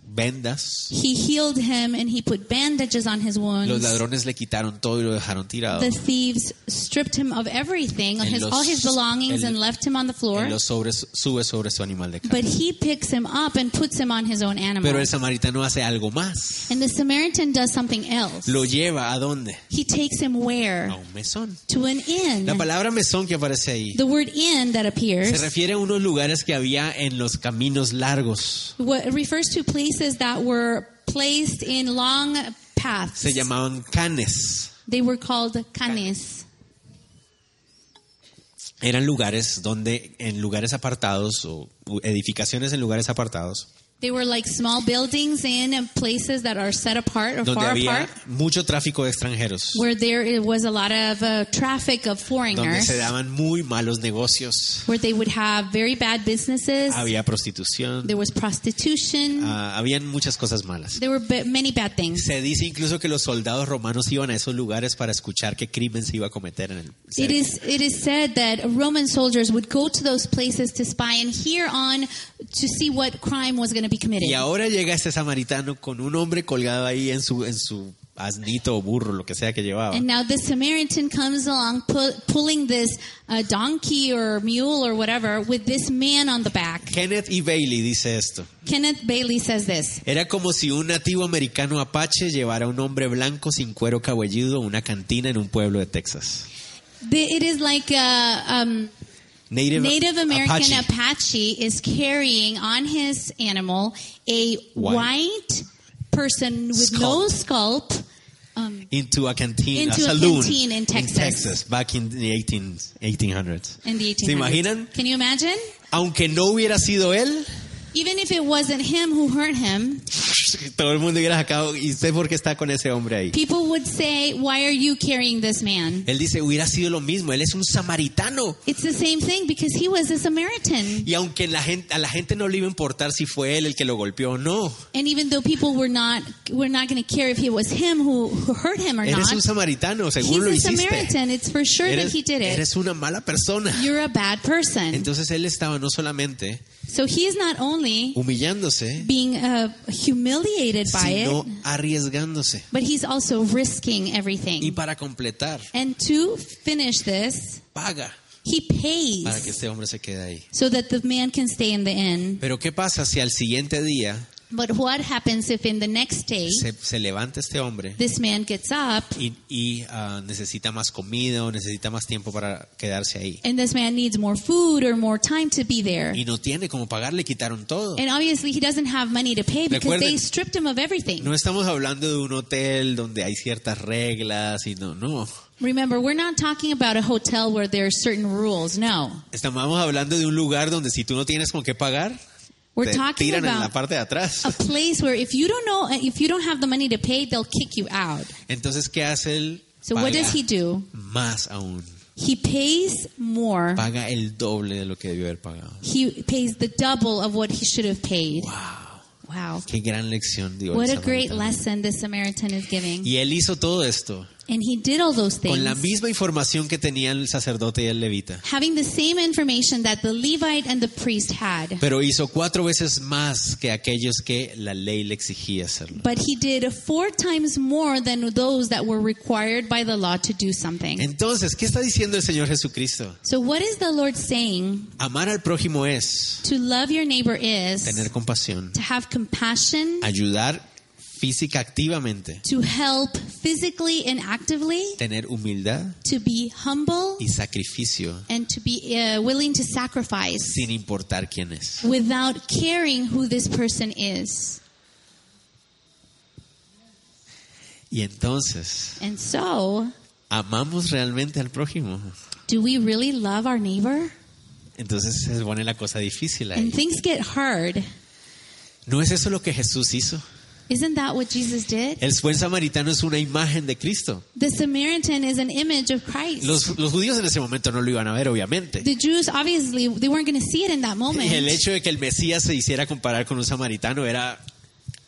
vendas. He healed him and he put bandages on his Los wounds. ladrones le quitaron todo y lo dejaron tirado. The thieves stripped him of everything, En his, los- all his belongings, en- and left him on the floor. Él lo sobre- sube sobre su animal de carne. But he picks him up and puts him on his own animal. Pero el samaritano hace algo más. and the Samaritan does something else. Lo lleva a dónde? He takes him where? A un mesón. To an inn. La palabra mesón que aparece ahí The word inn that se appears refiere a unos lugares que había en los caminos largos. what refers to places that were placed in long paths. Se llamaban canes. They were called canes. Eran lugares donde, en lugares apartados o edificaciones en lugares apartados, They were like small buildings in places that are set apart or donde far había apart, mucho tráfico de extranjeros, where there was a lot of uh, traffic of donde foreigners, se daban muy malos negocios, where they would have very bad businesses. había prostitución, There was prostitution. ah, habían muchas cosas malas. There were b- many bad things. Se dice incluso que los soldados romanos iban a esos lugares para escuchar qué crimen se iba a cometer en el It is it is said that Roman soldiers would go to those places to spy and hear on to see what crime was going to be committed. Y ahora llega este samaritano con un hombre colgado ahí en su, en su asnito o burro, lo que sea que llevaba. And now this Samaritan comes along pu- pulling this uh, donkey or mule or whatever with this man on the back. Kenneth E. Bailey dice esto. Kenneth Bailey says this. Era como si un nativo americano apache llevara a un hombre blanco sin cuero cabelludo a una cantina en un pueblo de Texas. The- It is like a um, Native, Native American Apache. Apache. is carrying on his animal a White. white, person with no scalp. Um, into a canteen, Into a a saloon canteen in Texas. back in the 18, 1800s. in the 1800s. ¿Se imaginan? Can you imagine? Aunque no hubiera sido él, Even if it wasn't him who hurt him, todo el mundo hubiera sacado, ¿y usted por qué está con ese hombre ahí? people would say, "Why are you carrying this man?" Él dice, hubiera sido lo mismo, él es un samaritano. It's the same thing because he was a Samaritan. Y aunque la gente, a la gente no le iba a importar si fue él el que lo golpeó o no, And even though people were not were not going to care if it was him who, who hurt him or eres not, un samaritano, he's según lo a hiciste. Samaritan. It's for sure that Eres, he did it. eres una mala persona. You're a bad person. Entonces él estaba no solamente So he's not only humillándose, being uh, humiliated by sino it, arriesgándose. but he's also risking Y everything. para completar, And to finish this, paga he para que pays este hombre se quede ahí. so that the man can stay in the inn. Pero ¿qué pasa si al siguiente día But what happens if in the next day se, se levanta este hombre this man gets up y, y, ah, necesita más comida o necesita más tiempo para quedarse ahí? and this man needs more food or more time to be there? Y no tiene como pagar, le quitaron todo. And obviously he doesn't have money to pay because they Recuerden- stripped him of everything. No estamos hablando de un hotel donde hay ciertas reglas y no, no. Remember, we're not talking about a hotel where there are certain rules. No. Estamos hablando de un lugar donde si tú no tienes con qué pagar, We're te talking tiran en la about parte de atrás. a place where if you don't know if you don't have the money to pay they'll kick you out Entonces, ¿qué hace él? so what does he do más aún. he pays more Paga el doble de lo que debió haber pagado. he pays the double of what he should have paid ¡Wow! wow Qué gran lección dio el what a great samaritano. lesson the samaritan is giving Y él hizo todo esto and he did all those con la things misma información que tenía el sacerdote y el levita. having the same information that the levite and the priest had Pero hizo cuatro veces más que aquellos que la ley le exigía hacerlo. but he did four times more than those that were required by the law to do something Entonces, ¿qué está diciendo el Señor Jesucristo? so what is the lord saying Amar al prójimo es to love your neighbor is tener compasión, to have compassion ayudar física activamente, to help physically and actively, tener humildad to be humble, y sacrificio and to be uh, willing to sacrifice sin importar quién es. without caring who this person is. Y entonces, And so, ¿amamos realmente al prójimo? do we really love our neighbor? Entonces se pone la cosa difícil And ahí. things get hard. ¿No es eso lo que Jesús hizo? Isn't that what Jesus did? El buen samaritano es una imagen de Cristo. The Samaritan is an image of Christ. Los, los judíos en ese momento no lo iban a ver, obviamente. The Jews obviously they weren't going to see it in that moment. El hecho de que el Mesías se hiciera comparar con un samaritano era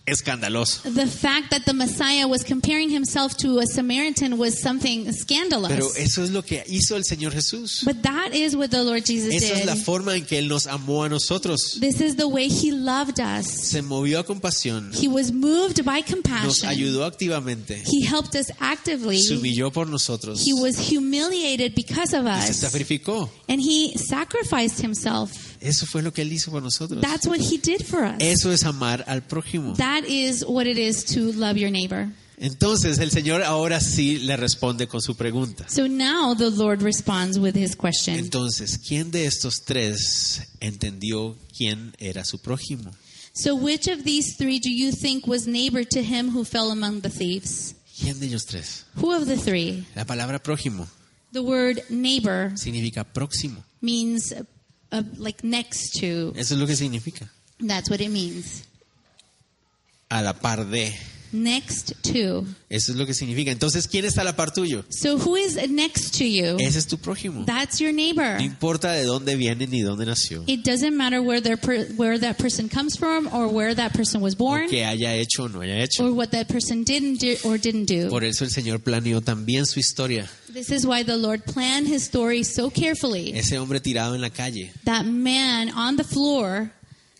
escandaloso. The fact that the Messiah was comparing himself to a Samaritan was something Pero scandalous. eso es lo que hizo el Señor Jesús. But that is what the Lord Jesus Esa es la did. forma en que Él nos amó a nosotros. This is the way he loved us. Se movió a compasión, He was moved by nos compassion. ayudó activamente, He helped us actively. se humilló por nosotros, He was humiliated because of y se us. sacrificó. And he sacrificed himself. Eso fue lo que Él hizo por nosotros. That's what he did for us. Eso es amar al prójimo. That is what it is to love your neighbor. Entonces el Señor ahora sí le responde con su pregunta. So now the Lord responds with his question. Entonces, ¿quién de estos tres entendió quién era su prójimo? So which of these three do you think was neighbor to him who fell among the thieves? ¿Quién de ellos tres? Who of the three? La palabra prójimo The word neighbor significa próximo. means uh, uh, like next to. Eso es lo que significa. That's what it means. A la par de. Next to. Eso es lo que significa. Entonces, ¿quién está a la par tuyo? So who is next to you? Ese es tu prójimo. That's your neighbor. No importa de dónde viene ni dónde nació. It doesn't matter where their per, where that person comes from or where that person was O born que haya hecho o no haya hecho. or what that person didn't do or didn't do. Por eso el Señor planeó también su historia. This is why the Lord planned his story so carefully. Ese hombre tirado en la calle That man on the floor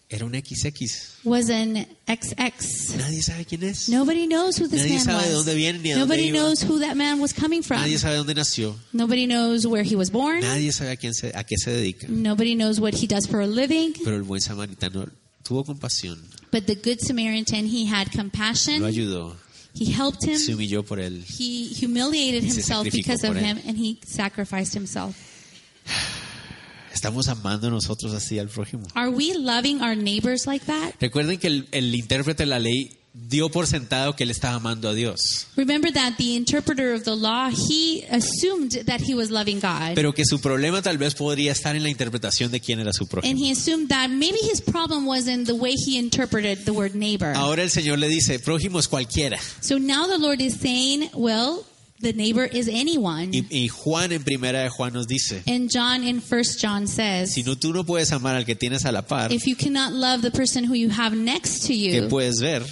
era un XX. was an XX. Nadie sabe quién es. Nobody knows who this Nadie man sabe de dónde viene ni a was. dónde Nobody iba. knows who that man was coming from. Nadie sabe dónde nació. Nobody knows where he was born. Nadie sabe a, quién se- a qué se dedica. Nobody knows what he does for a living. Pero el buen samaritano tuvo compasión, But the good Samaritan, he had lo compassion. ayudó, He helped him. se humilló por él. He humiliated se himself sacrificó because of por él. him and he sacrificed himself. Estamos amando nosotros así al prójimo. Are we loving our neighbors like that? Recuerden que el, el intérprete de la ley dio por sentado que él estaba amando a Dios, Remember that the interpreter of the law, he assumed that he was loving God. pero que su problema tal vez podría estar en la interpretación de quién era su And prójimo. he assumed that maybe his problem was in the way he interpreted the word neighbor. Ahora el Señor le dice, prójimo es cualquiera. So now the Lord is saying, well, the neighbor is anyone. Y, y Juan en primera de Juan nos dice, And John in First John says, si no tú no puedes amar al que tienes a la par, if you cannot love the person who you have next to que you, puedes ver,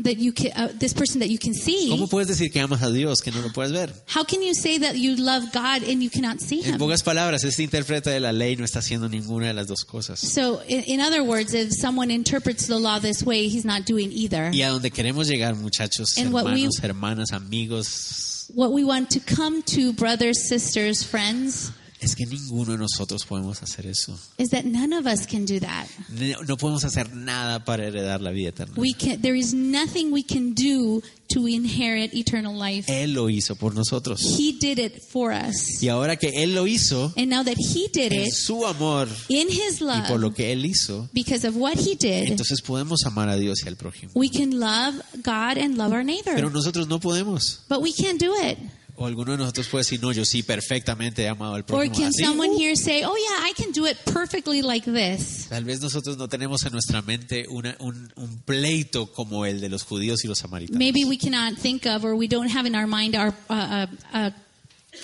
that you can, uh, this person that you can see, ¿cómo puedes decir que amas a Dios que no lo puedes ver? How can you say that you love God and you cannot see En Him? pocas palabras, este intérprete de la ley no está haciendo ninguna de las dos cosas. So, in, in other words, if someone interprets the law this way, he's not doing either. Y a donde queremos llegar, muchachos, And what we- hermanos, hermanas, amigos, What we want to come to, brothers, sisters, friends, es que ninguno de nosotros podemos hacer eso. is that none of us can do that. No no podemos hacer nada para heredar la vida eterna. We can. There is nothing we can do to inherit eternal life. Él lo hizo por nosotros. He did it for us, Y ahora que Él lo hizo, and now that He did en it su amor in His y por love, lo que Él hizo, because of what He did, entonces podemos amar a Dios y al prójimo. we can love God and love Pero our neighbor. nosotros no podemos. But we can't do it. O alguno de nosotros puede decir, no, yo sí perfectamente he amado al Or prójimo. can Así, someone uh, here say, oh yeah, I can do it perfectly like this? Tal vez nosotros no tenemos en nuestra mente una- un, un pleito como el de los judíos y los samaritanos. Maybe we cannot think of or we don't have in our mind our uh, uh, uh,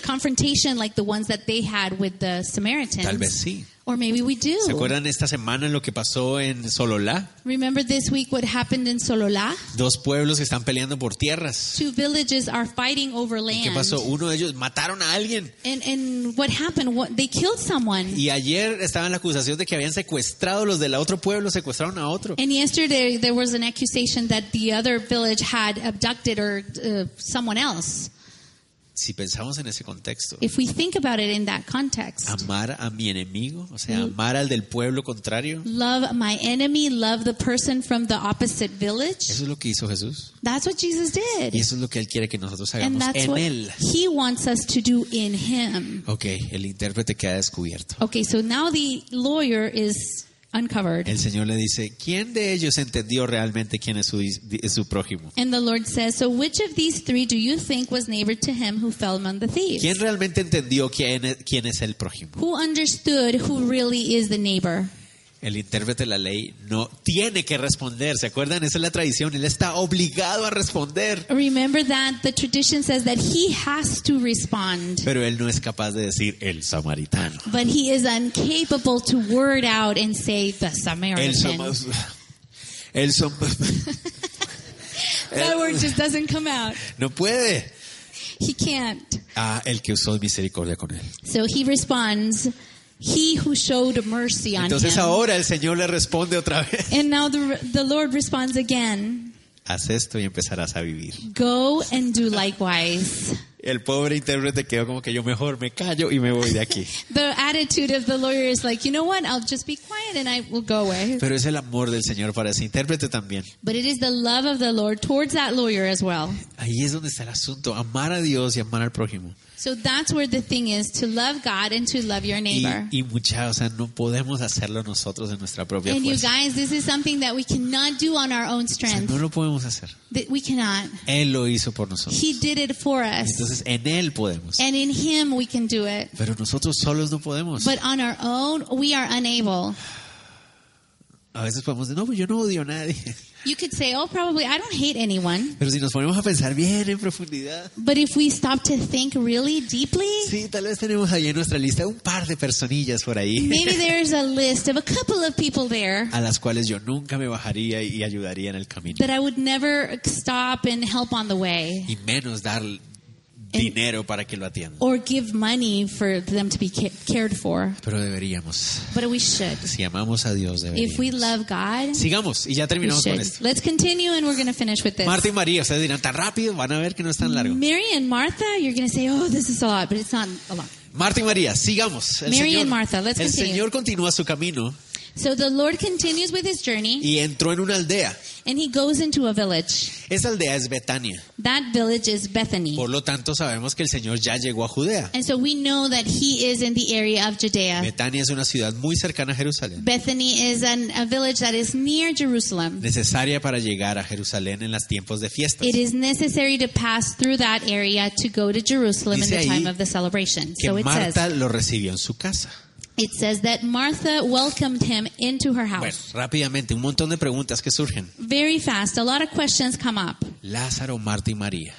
confrontation like the ones that they had with the Samaritans. Tal vez sí. Or maybe we ¿Se do. acuerdan esta semana lo que pasó en Sololá? Remember this week what happened in Solola? Dos pueblos que están peleando por tierras. Two villages are fighting over ¿Y ¿Qué land. pasó? Uno de ellos mataron a alguien. And, and what happened? What, they killed someone. Y ayer estaba en la acusación de que habían secuestrado los del otro pueblo, secuestraron a otro. And yesterday there was an accusation that the other village had abducted or uh, someone else. Si pensamos en ese contexto, If we think about it in that context. amar a mi enemigo, o sea, amar al del pueblo contrario, Love my enemy, love the person from the opposite village. eso es lo que hizo Jesús. That's what Jesus Y did. eso es lo que Él quiere que nosotros And hagamos that's en what Él. he wants us to do in him. Ok, el intérprete queda descubierto. Okay, so now the lawyer is uncovered. El Señor le dice, ¿quién de ellos entendió realmente quién es su, es su prójimo? And the Lord says, So which of these three do you think was neighbor to him who fell among the ¿Quién thieves? realmente entendió quién es, quién es el prójimo? Who understood who really is the neighbor? El intérprete de la ley no tiene que responder, ¿se acuerdan? Esa es la tradición, él está obligado a responder, Remember that the tradition says that he has to respond, pero él no es capaz de decir el samaritano. but he is incapable to word out and say the El Samaritan. samaritano. El, sam- That word just doesn't come out. No puede. He can't. Ah, el que usó misericordia con él. So he responds, He who showed mercy on Entonces him. ahora el Señor le responde otra vez. And now the, the Lord responds again, Haz esto y empezarás a vivir. Go and do likewise. El pobre intérprete quedó como que yo mejor me callo y me voy de aquí. The attitude of the lawyer is like, You know what? I'll just be quiet and I will go away. Pero es el amor del Señor para ese intérprete también. But it is the love of the Lord towards that lawyer as well. Ahí es donde está el asunto, amar a Dios y amar al prójimo. So that's where the thing is to love God and to love your Y, neighbor. y mucha, o sea, no podemos hacerlo nosotros en nuestra propia And you fuerza. guys, this is something that we cannot do on our own O sea, strength. no lo podemos hacer. That we cannot. Él lo hizo por nosotros. He did it for us. Entonces en Él podemos. And in Him we can do it. Pero nosotros solos no podemos. But on our own, we are unable. A veces podemos decir, no, pues yo no odio a nadie. You could say, oh, probably I don't hate anyone. Pero si nos ponemos a pensar bien en profundidad, But if we stop to think really deeply, sí, tal vez tenemos ahí en nuestra lista un par de personillas por ahí maybe there's a list of a couple of people there a las cuales yo nunca me bajaría y ayudaría en el camino. that I would never stop and help on the way Y menos dar dinero para que lo atiendan. or give money for them to be ca- cared for. Pero deberíamos. But we should. Si amamos a Dios, If we deberíamos. love God, Sigamos y ya we terminamos con should. esto. Let's continue and we're going to finish with this. Marta y María, ustedes dirán tan rápido, van a ver que no es tan largo. Mary and Martha, you're going to say, oh, this is a lot, but it's not a lot. Marta y María, sigamos. El Mary Señor, and Martha, let's el continue. Señor continúa su camino So the Lord continues with his journey y entró en una aldea. and he goes into a village. Esa aldea es Betania. That village is Bethany. Por lo tanto, sabemos que el Señor ya llegó a Judea. And so we know that he is in the area of Judea. Betania es una ciudad muy cercana a Jerusalén, Bethany is an, a village that is near Jerusalem. necesaria para llegar a Jerusalén en los tiempos de fiestas. It is necessary to pass through that area to go to Jerusalem in Dice the ahí time of the celebration. Que So it Marta says, lo recibió en su casa. it says that Martha welcomed him into her Bueno, house. rápidamente, un montón de preguntas que surgen. Very fast, a lot of questions come up. Lázaro, Marta y María.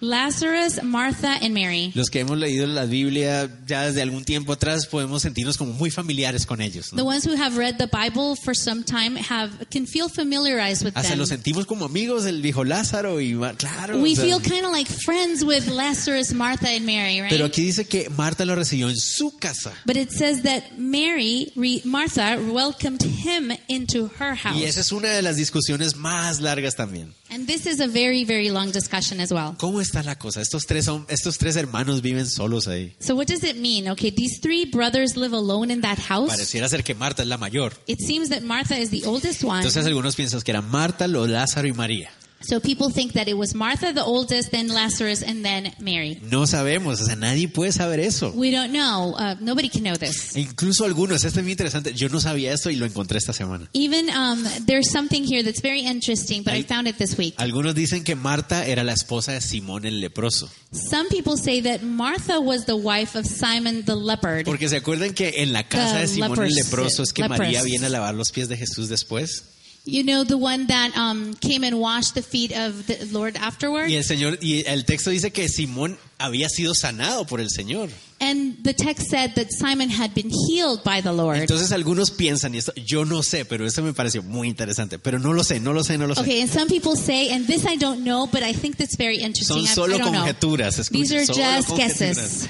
Lazarus, Martha, and Mary. Los que hemos leído la Biblia ya desde algún tiempo atrás podemos sentirnos como muy familiares con ellos. ¿no? The ones who have read the Bible for some time have can feel familiarized with Hasta them. los sentimos como amigos del viejo Lázaro y Ma- claro. We o sea, feel kind of like friends with Lazarus, Martha, and Mary, right? pero aquí dice que Marta lo recibió en su casa. But it says that Mary, re, Martha, welcomed him into her house. Y esa es una de las discusiones más largas también. And this is a very, very long discussion as well. ¿Cómo está la cosa? Estos tres, son, estos tres hermanos viven solos ahí. So, what does it mean? Okay, these three brothers live alone in that house. Pareciera ser que Marta es la mayor. It seems that Martha is the oldest one. Entonces algunos piensan que era Marta, lo Lázaro y María. so, people think that it was Martha, the oldest, then Lazarus, and then Mary. No sabemos, o sea, nadie puede saber eso. We don't know. Uh, nobody can know this. E incluso algunos, esto es muy interesante, yo no sabía esto y lo encontré esta semana. Even um, there's something here that's very interesting, but I Al- found it this week. Algunos dicen que Marta era la esposa de Simón el leproso. Some people say that Martha was the wife of Simon the leopard. Porque se acuerdan que en la casa The de Simón el lepers- leproso es que lepers. María viene a lavar los pies de Jesús después. You know, the one that um, came and washed the feet of the Lord afterward? Y el Señor, y el texto dice que Simón había sido sanado por el Señor. And the text said that Simon had been healed by the Lord. Entonces algunos piensan, y esto, yo no sé, pero eso me pareció muy interesante. Pero no lo sé, no lo sé, no lo sé. Okay, and some people say, and this I don't know, but I think that's very interesting. Son I- solo I don't know. conjeturas. escuchen, These are solo just conjeturas. guesses.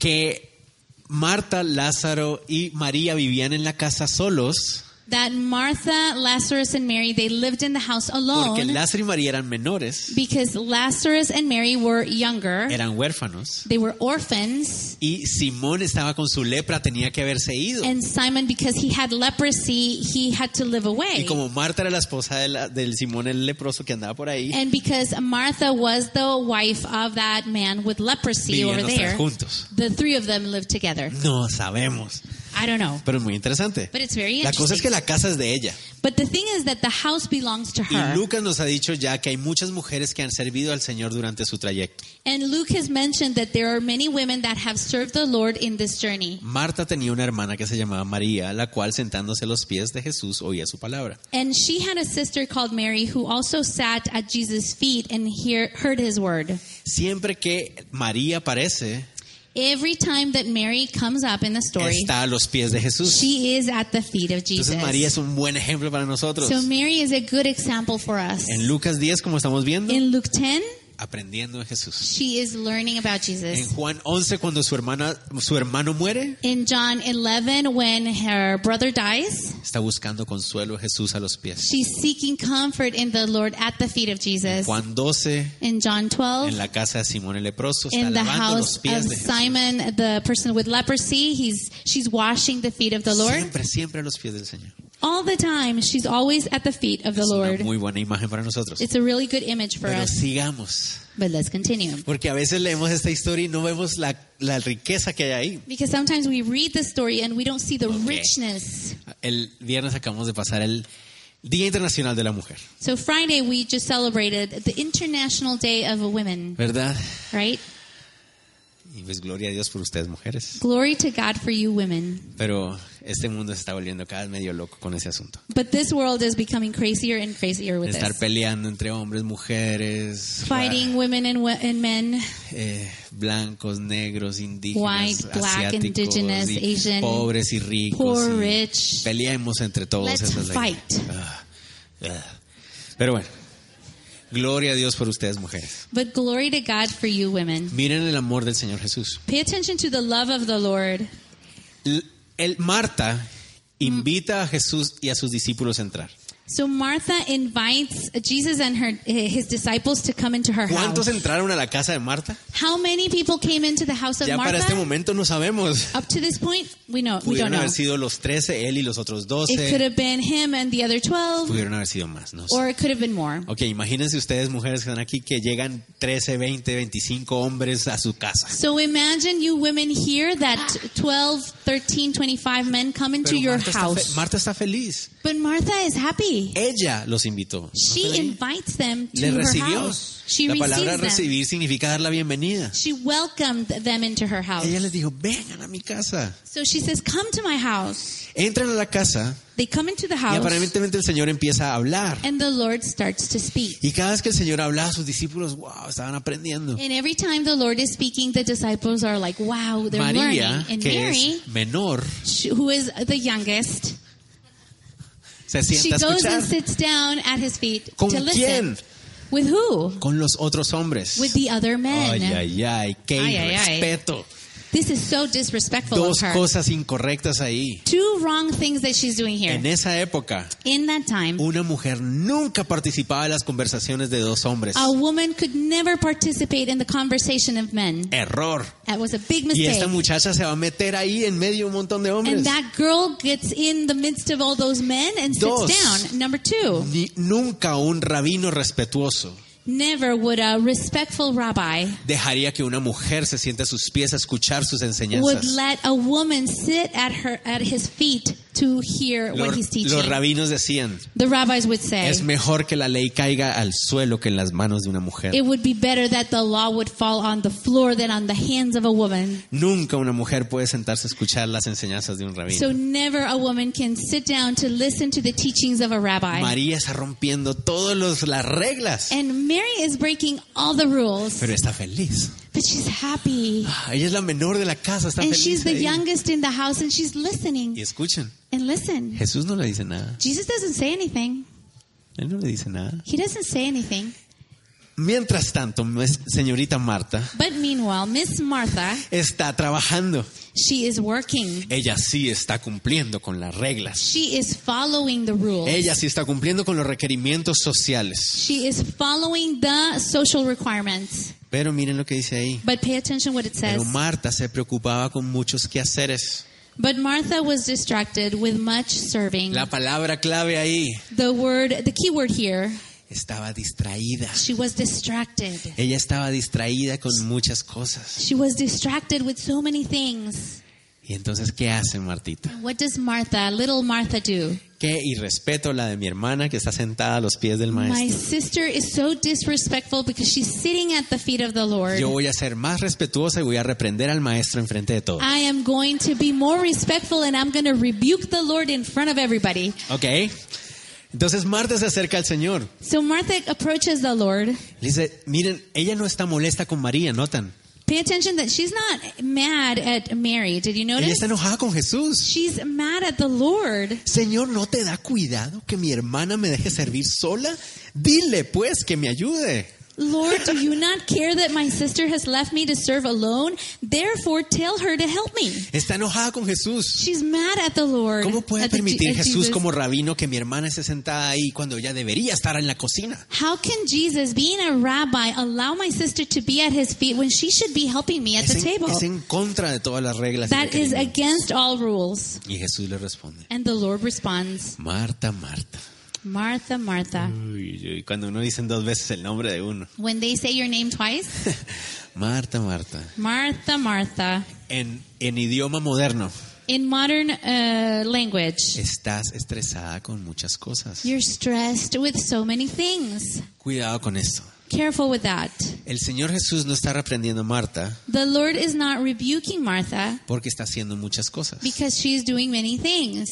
Que Marta, Lázaro y María vivían en la casa solos That Martha, Lazarus, and Mary, they lived in the house porque alone Lázaro y María eran menores, because Lazarus and Mary were younger. eran huérfanos. They were orphans. Y Simón estaba con su lepra, tenía que haberse ido. And Simon, because he had leprosy, he had to live Y away. como Marta era la esposa de la- del Simón el leproso que andaba por ahí, And because Martha was the wife of that man with leprosy vivían over los tres there, juntos. the three of them lived together. No sabemos, I don't know. pero es muy interesante. But it's very La cosa es que interesting. la casa es de ella. But the thing is that the house belongs to Y her. Lucas nos ha dicho ya que hay muchas mujeres que han servido al Señor durante su trayecto. And Luke has mentioned that there are many women that have served the Lord in this journey. Marta tenía una hermana que se llamaba María, la cual sentándose a los pies de Jesús oía su palabra. And she had a sister called Mary who also sat at Jesus' feet and hear, heard his word. Siempre que María aparece, Every time that Mary comes up in the story, está a los pies de Jesús. she is at the feet of Jesus. Entonces María es un buen ejemplo para nosotros. So Mary is a good example for us. En Lucas 10, como estamos viendo, In Luke 10, aprendiendo de Jesús. she is learning about En Jesus. Juan 11, cuando su, hermana, su hermano muere, In John 11, when her brother dies, está buscando consuelo a Jesús a los pies. she's seeking comfort in the Lord at the feet of Jesus. Juan 12, In John 12, en la casa de Simón el leproso, está in the lavando house los of pies de Jesús. Simon, the person with leprosy, he's she's washing the feet of the Lord Siempre, siempre a los pies del Señor. all the time. She's always at the feet of the Es una Lord. muy buena imagen para nosotros. It's a really good image for Pero us. sigamos. But let's continue. Porque a veces leemos esta historia y no vemos la, la riqueza que hay ahí. Because sometimes we read the story and we don't see the Okay. richness. El viernes acabamos de pasar el Día Internacional de la Mujer, So Friday we just celebrated the International Day of Women, ¿verdad? right? Y pues gloria a Dios por ustedes, mujeres. Glory to God for you women. Pero este mundo se está volviendo cada vez medio loco con ese asunto. But this world is becoming crazier and crazier with Estar this. peleando entre hombres, mujeres, Fighting women and, wo- and men, eh, blancos, negros, indígenas, White, black, asiáticos, indigenous, y Asian, pobres y ricos. poor, y rich. Peleemos entre todos. Let's esa es la idea. fight. Ah, ah. Pero bueno, gloria a Dios por ustedes, mujeres. But glory to God for you women. Miren el amor del Señor Jesús. Pay attention to the love of the Lord. L- El Marta Mm. invita a Jesús y a sus discípulos a entrar. So Martha invites Jesus and her his disciples to come into her ¿Cuántos house. entraron a la casa de Marta? How many people came into the house of Ya para Martha? este momento no sabemos. Up to this point, we know we don't Pudieron know. haber sido los 13, él y los otros It could 12. have been him and the other 12 Pudieron haber sido más, no sé. or it could have been more. Ok, imagínense ustedes, mujeres que están aquí, que llegan 13, 20, 25 hombres a su casa. So imagine you women here that 12, 13, 25 men come into Pero your Marta, está fe- house. Marta está feliz. But Martha is happy. Ella los invitó. She invites them to Les her recibió. house. She La palabra receives them. recibir significa dar la bienvenida. She welcomed them into her house. Ella les dijo, vengan a mi casa. So she says, Come to my house. Entran a la casa They come into the y house, aparentemente el Señor empieza a hablar. and the Lord starts to speak. Y cada vez que el Señor hablaba, sus discípulos, wow, estaban aprendiendo. And every time the Lord is speaking, the disciples are like, wow, they're María, learning. And que Mary, es menor, she- who is the youngest, se she sienta a goes escuchar and sits down at his feet ¿Con to listen. quién? With who? con los otros hombres. With the other men. Ay, ay, ay, qué Ay, ay, ay. irrespeto. This is so disrespectful Dos of her. cosas incorrectas ahí. Two wrong things that she's doing here. En e- esa época, In that time, una mujer nunca participaba de las conversaciones de dos hombres. a woman could never participate in the conversation of men. Error. That was a big Y mistake. esta muchacha se va a meter ahí en medio de un montón de hombres. And that girl gets in the midst of all those men and sits Dos. down. Number two, Ni- nunca un rabino respetuoso never would a respectful rabbi dejaría que una mujer se siente a sus pies a escuchar sus would enseñanzas. let a woman sit at her at his feet to hear Los, what he's teaching. los rabinos decían, the rabbis would say es mejor que la ley caiga al suelo que en las manos de una mujer. it would be better that the law would fall on the floor than on the hands of a woman. Nunca una mujer puede sentarse a escuchar las enseñanzas de un rabino. So never a woman can sit down to listen to the teachings of a rabbi. María está rompiendo todas las reglas, and Mary is breaking all the rules, pero está feliz. but she's happy. Ah, Ella es la menor de la casa, está And feliz. she's the ahí. youngest in the house and she's listening. Y escuchen, And listen, Jesús no le dice nada. Jesus doesn't say anything. Él no le dice nada. He doesn't say anything. Mientras tanto, mes- señorita Marta But meanwhile, Miss Martha, está trabajando. she is working. Ella sí está cumpliendo con las reglas. She is following the rules. Ella sí está cumpliendo con los requerimientos sociales. She is following the social requirements. Pero miren lo que dice ahí. But pay attention what it Pero says. Marta se preocupaba con muchos quehaceres. But Martha was distracted with much serving. La palabra clave ahí The word, the key word here, estaba distraída. she was distracted. Ella estaba distraída con muchas cosas. She was distracted with so many things. Y entonces, ¿qué hace Martita? What does Martha, little Martha, do? Qué irrespeto la de mi hermana que está sentada a los pies del My maestro. sister is so disrespectful because she's sitting at the feet of the Lord. Yo voy a ser más respetuosa y voy a reprender al maestro enfrente de todos. I am going to be more respectful and I'm going to rebuke the Lord in front of everybody. ¿Ok? Entonces Marta se acerca al Señor. So Martha approaches the Lord. Le dice, miren, ella no está molesta con María, ¿notan? Pay attention that she's not mad at Mary. Did you Ella notice? está enojada con Jesús. She's mad at the Lord. Señor, ¿no te da cuidado que mi hermana me deje servir sola? Dile, pues, que me ayude. Lord, do you not care that my sister has left me to serve alone? Therefore, tell her to help me. Está enojada con Jesús. She's mad at the Lord. ¿Cómo puede at the Je- permitir at Jesús Jesus. como rabino que mi hermana esté sentada ahí cuando ella debería estar en la cocina? How can Jesus, being a rabbi, allow my sister to be at his feet when she should be helping me at Es the en, table? es en contra de todas las reglas. y That is requerimientos. against all rules. Y Jesús le responde, And the Lord responds, Marta, Marta. Martha, Mm. Martha. Uy, uy, cuando uno dicen dos veces el nombre de uno. When they say your name twice, Marta, Marta. Martha, Martha, En, en idioma moderno, in modern uh, language, estás estresada con muchas cosas. you're stressed with so many things. Cuidado con esto. Careful with that. El Señor Jesús no está reprendiendo a Marta The Lord is not rebuking Martha porque está haciendo muchas cosas. because she's doing many things.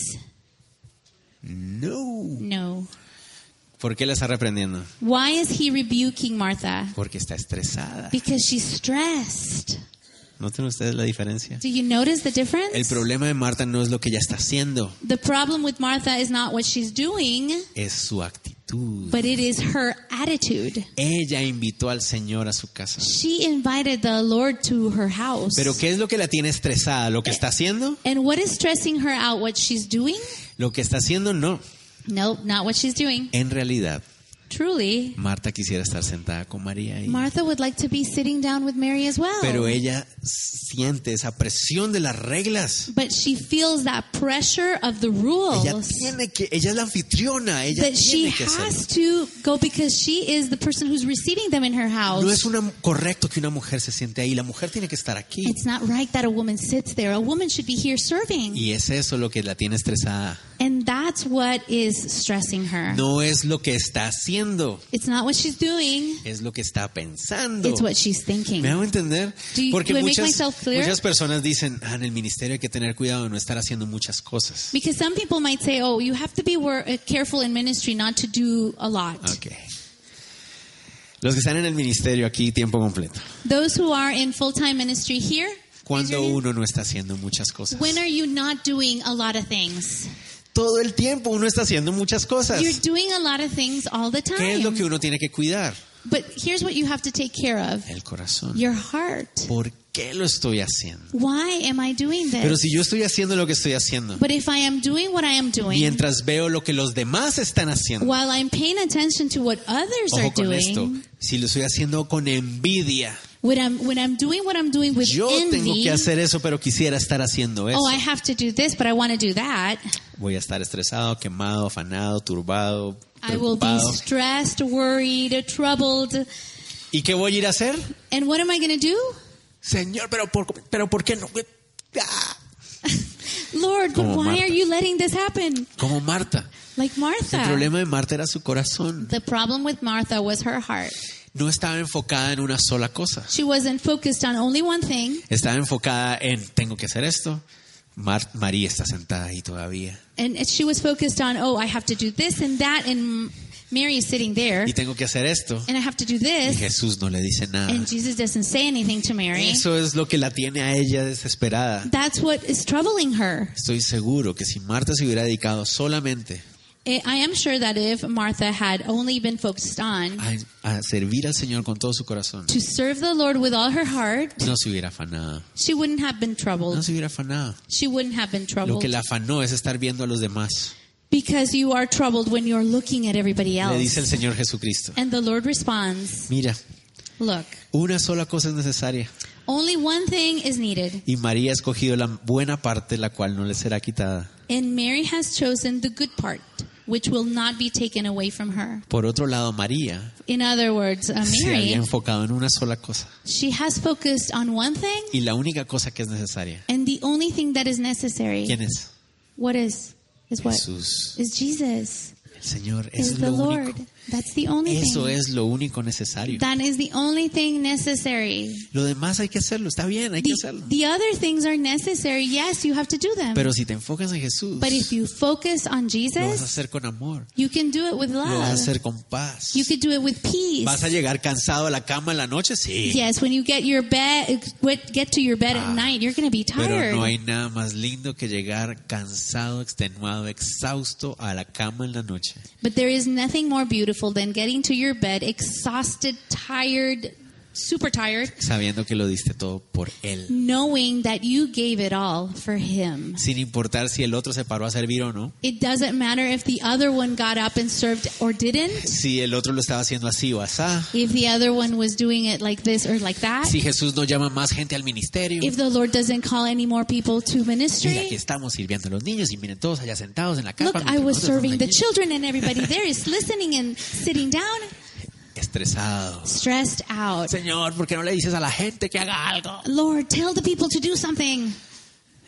No. No. ¿Por qué la está reprendiendo? Why is he rebuking Martha? Porque está estresada. Because she's stressed. ¿Noten ustedes la diferencia? Do you notice the difference? El problema de Marta no es lo que ella está haciendo, the problem with Martha is not what she's doing, es su actitud. but it is her attitude. Ella invitó al Señor a su casa. She invited the Lord to her house. Pero ¿qué es lo que la tiene estresada? ¿Lo que está haciendo? and what is stressing her out? What she's doing? Lo que está haciendo no. Nope, not what she's doing. En realidad, Truly, Marta quisiera estar sentada con María y Martha would like to be sitting down with Mary as well. pero ella siente esa presión de las reglas. but she feels that pressure of the Ella rules tiene que, ella es la anfitriona, ella that she tiene que hacerlo. has to go because she is the person who's receiving them in her house. No es una, correcto que una mujer se siente ahí, la mujer tiene que estar aquí. It's not right that a woman sits there. A woman should be here serving. Y es eso lo que la tiene estresada. And that's what is stressing her. No es lo que está haciendo, It's not what she's doing, es lo que está pensando. it's what she's ¿Me thinking. hago entender? Do you- Porque do I make muchas, myself clear? muchas personas dicen, ah, en el ministerio hay que tener cuidado de no estar haciendo muchas cosas. Because some people might say, oh, you have to be wor- uh, careful in ministry not to do a lot. Ok. Los que están en el ministerio aquí tiempo completo. Those who are in full time ministry here, raise Cuando your hand. uno no está haciendo muchas cosas. when are you not doing a lot of things? Todo el tiempo uno está haciendo muchas cosas. You're doing a lot of things all the ¿Qué es lo que time. uno tiene que cuidar? But here's what you have to take care of El corazón. your heart. ¿Por qué lo estoy haciendo? Why am I doing Pero this? si yo estoy haciendo lo que estoy haciendo, But if I am doing what I am doing, mientras veo lo que los demás están haciendo, while I'm paying attention to what others are ojo con esto, doing, si lo estoy haciendo con envidia, when I'm when I'm doing what I'm doing with yo tengo envy, que hacer eso, pero quisiera estar haciendo eso. oh, I have to do this, but I want to do that. Voy a estar estresado, quemado, afanado, turbado, I will be preocupado. stressed, worried, troubled, ¿Y qué voy a ir a hacer? and what am I going to do? Señor, pero por, pero ¿por qué no? Ah. Lord, but Como why Martha. are you letting this happen? Como Marta. Like Martha. El problema de Marta era su corazón. The problem with Martha was her heart. No estaba enfocada en una sola cosa. She wasn't focused on only one thing, Estaba enfocada en, tengo que hacer esto. Mar- María está sentada ahí todavía. and she was focused on, oh, I have to do this and that, and Mary is sitting there, Y tengo que hacer esto. and I have to do Y this, Jesús no le dice nada. and Jesus doesn't say anything to Mary. Eso es lo que la tiene a ella desesperada. That's what is troubling her. Estoy seguro que si Marta se hubiera dedicado solamente I I am sure that if Martha had only been focused on a, a servir al Señor con todo su corazón, to serve the Lord with all her heart, no se hubiera afanado. she wouldn't have been No troubled. se hubiera afanado. She wouldn't have been Lo troubled. que la afanó es estar viendo a los demás. Because you are troubled when you're looking at everybody Le dice el else. Señor Jesucristo. And the Lord responds, Mira, Look, Una sola cosa es necesaria. only one thing is needed, Y María ha escogido la buena parte, la cual no le será quitada. and Mary has chosen the good part, which will not be taken away from her. Por otro lado, María In other words, uh, se había Mary, enfocado en una sola cosa. she has focused on one thing Y la única cosa que es necesaria. and the only thing that is necessary. ¿Quién es? What is? Is what? Jesús. Is Jesus. El Señor. Eso Is es Pues, the lo Lord. único. That's the only Eso thing. es lo único necesario. That is the only thing necessary. Lo demás hay que hacerlo, está bien, hay que The, hacerlo. the other things are necessary. Yes, you have to do them. Pero si te enfocas en Jesús, but if you focus lo on vas a Jesus, hacer con amor, you can do it with lo vas a love. hacer con paz. You could do it with peace. ¿Vas a llegar cansado a la cama en la noche? Sí. Yes, when you get your bed, what- get to your bed Ah, at night, you're going to be Pero tired. no hay nada más lindo que llegar cansado, extenuado, exhausto a la cama en la noche. But there is nothing more beautiful than getting to your bed exhausted, tired, super tired, sabiendo que lo diste todo por Él. knowing that you gave it all for Him. Sin importar si el otro se paró a servir o no, It doesn't matter if the other one got up and served or didn't, si el otro lo estaba haciendo así o asá, if the other one was doing it like this or like that, si Jesús no llama más gente al ministerio. if the Lord doesn't call any more people to Mira, aquí ministry. estamos sirviendo a los niños y miren todos allá sentados en la Look, carpa. I mientras was nosotros serving estamos the allí. children, and everybody there is listening and sitting down, Estresado. stressed out. Señor, ¿por qué no le dices a la gente que haga algo? Lord, tell the people to do something.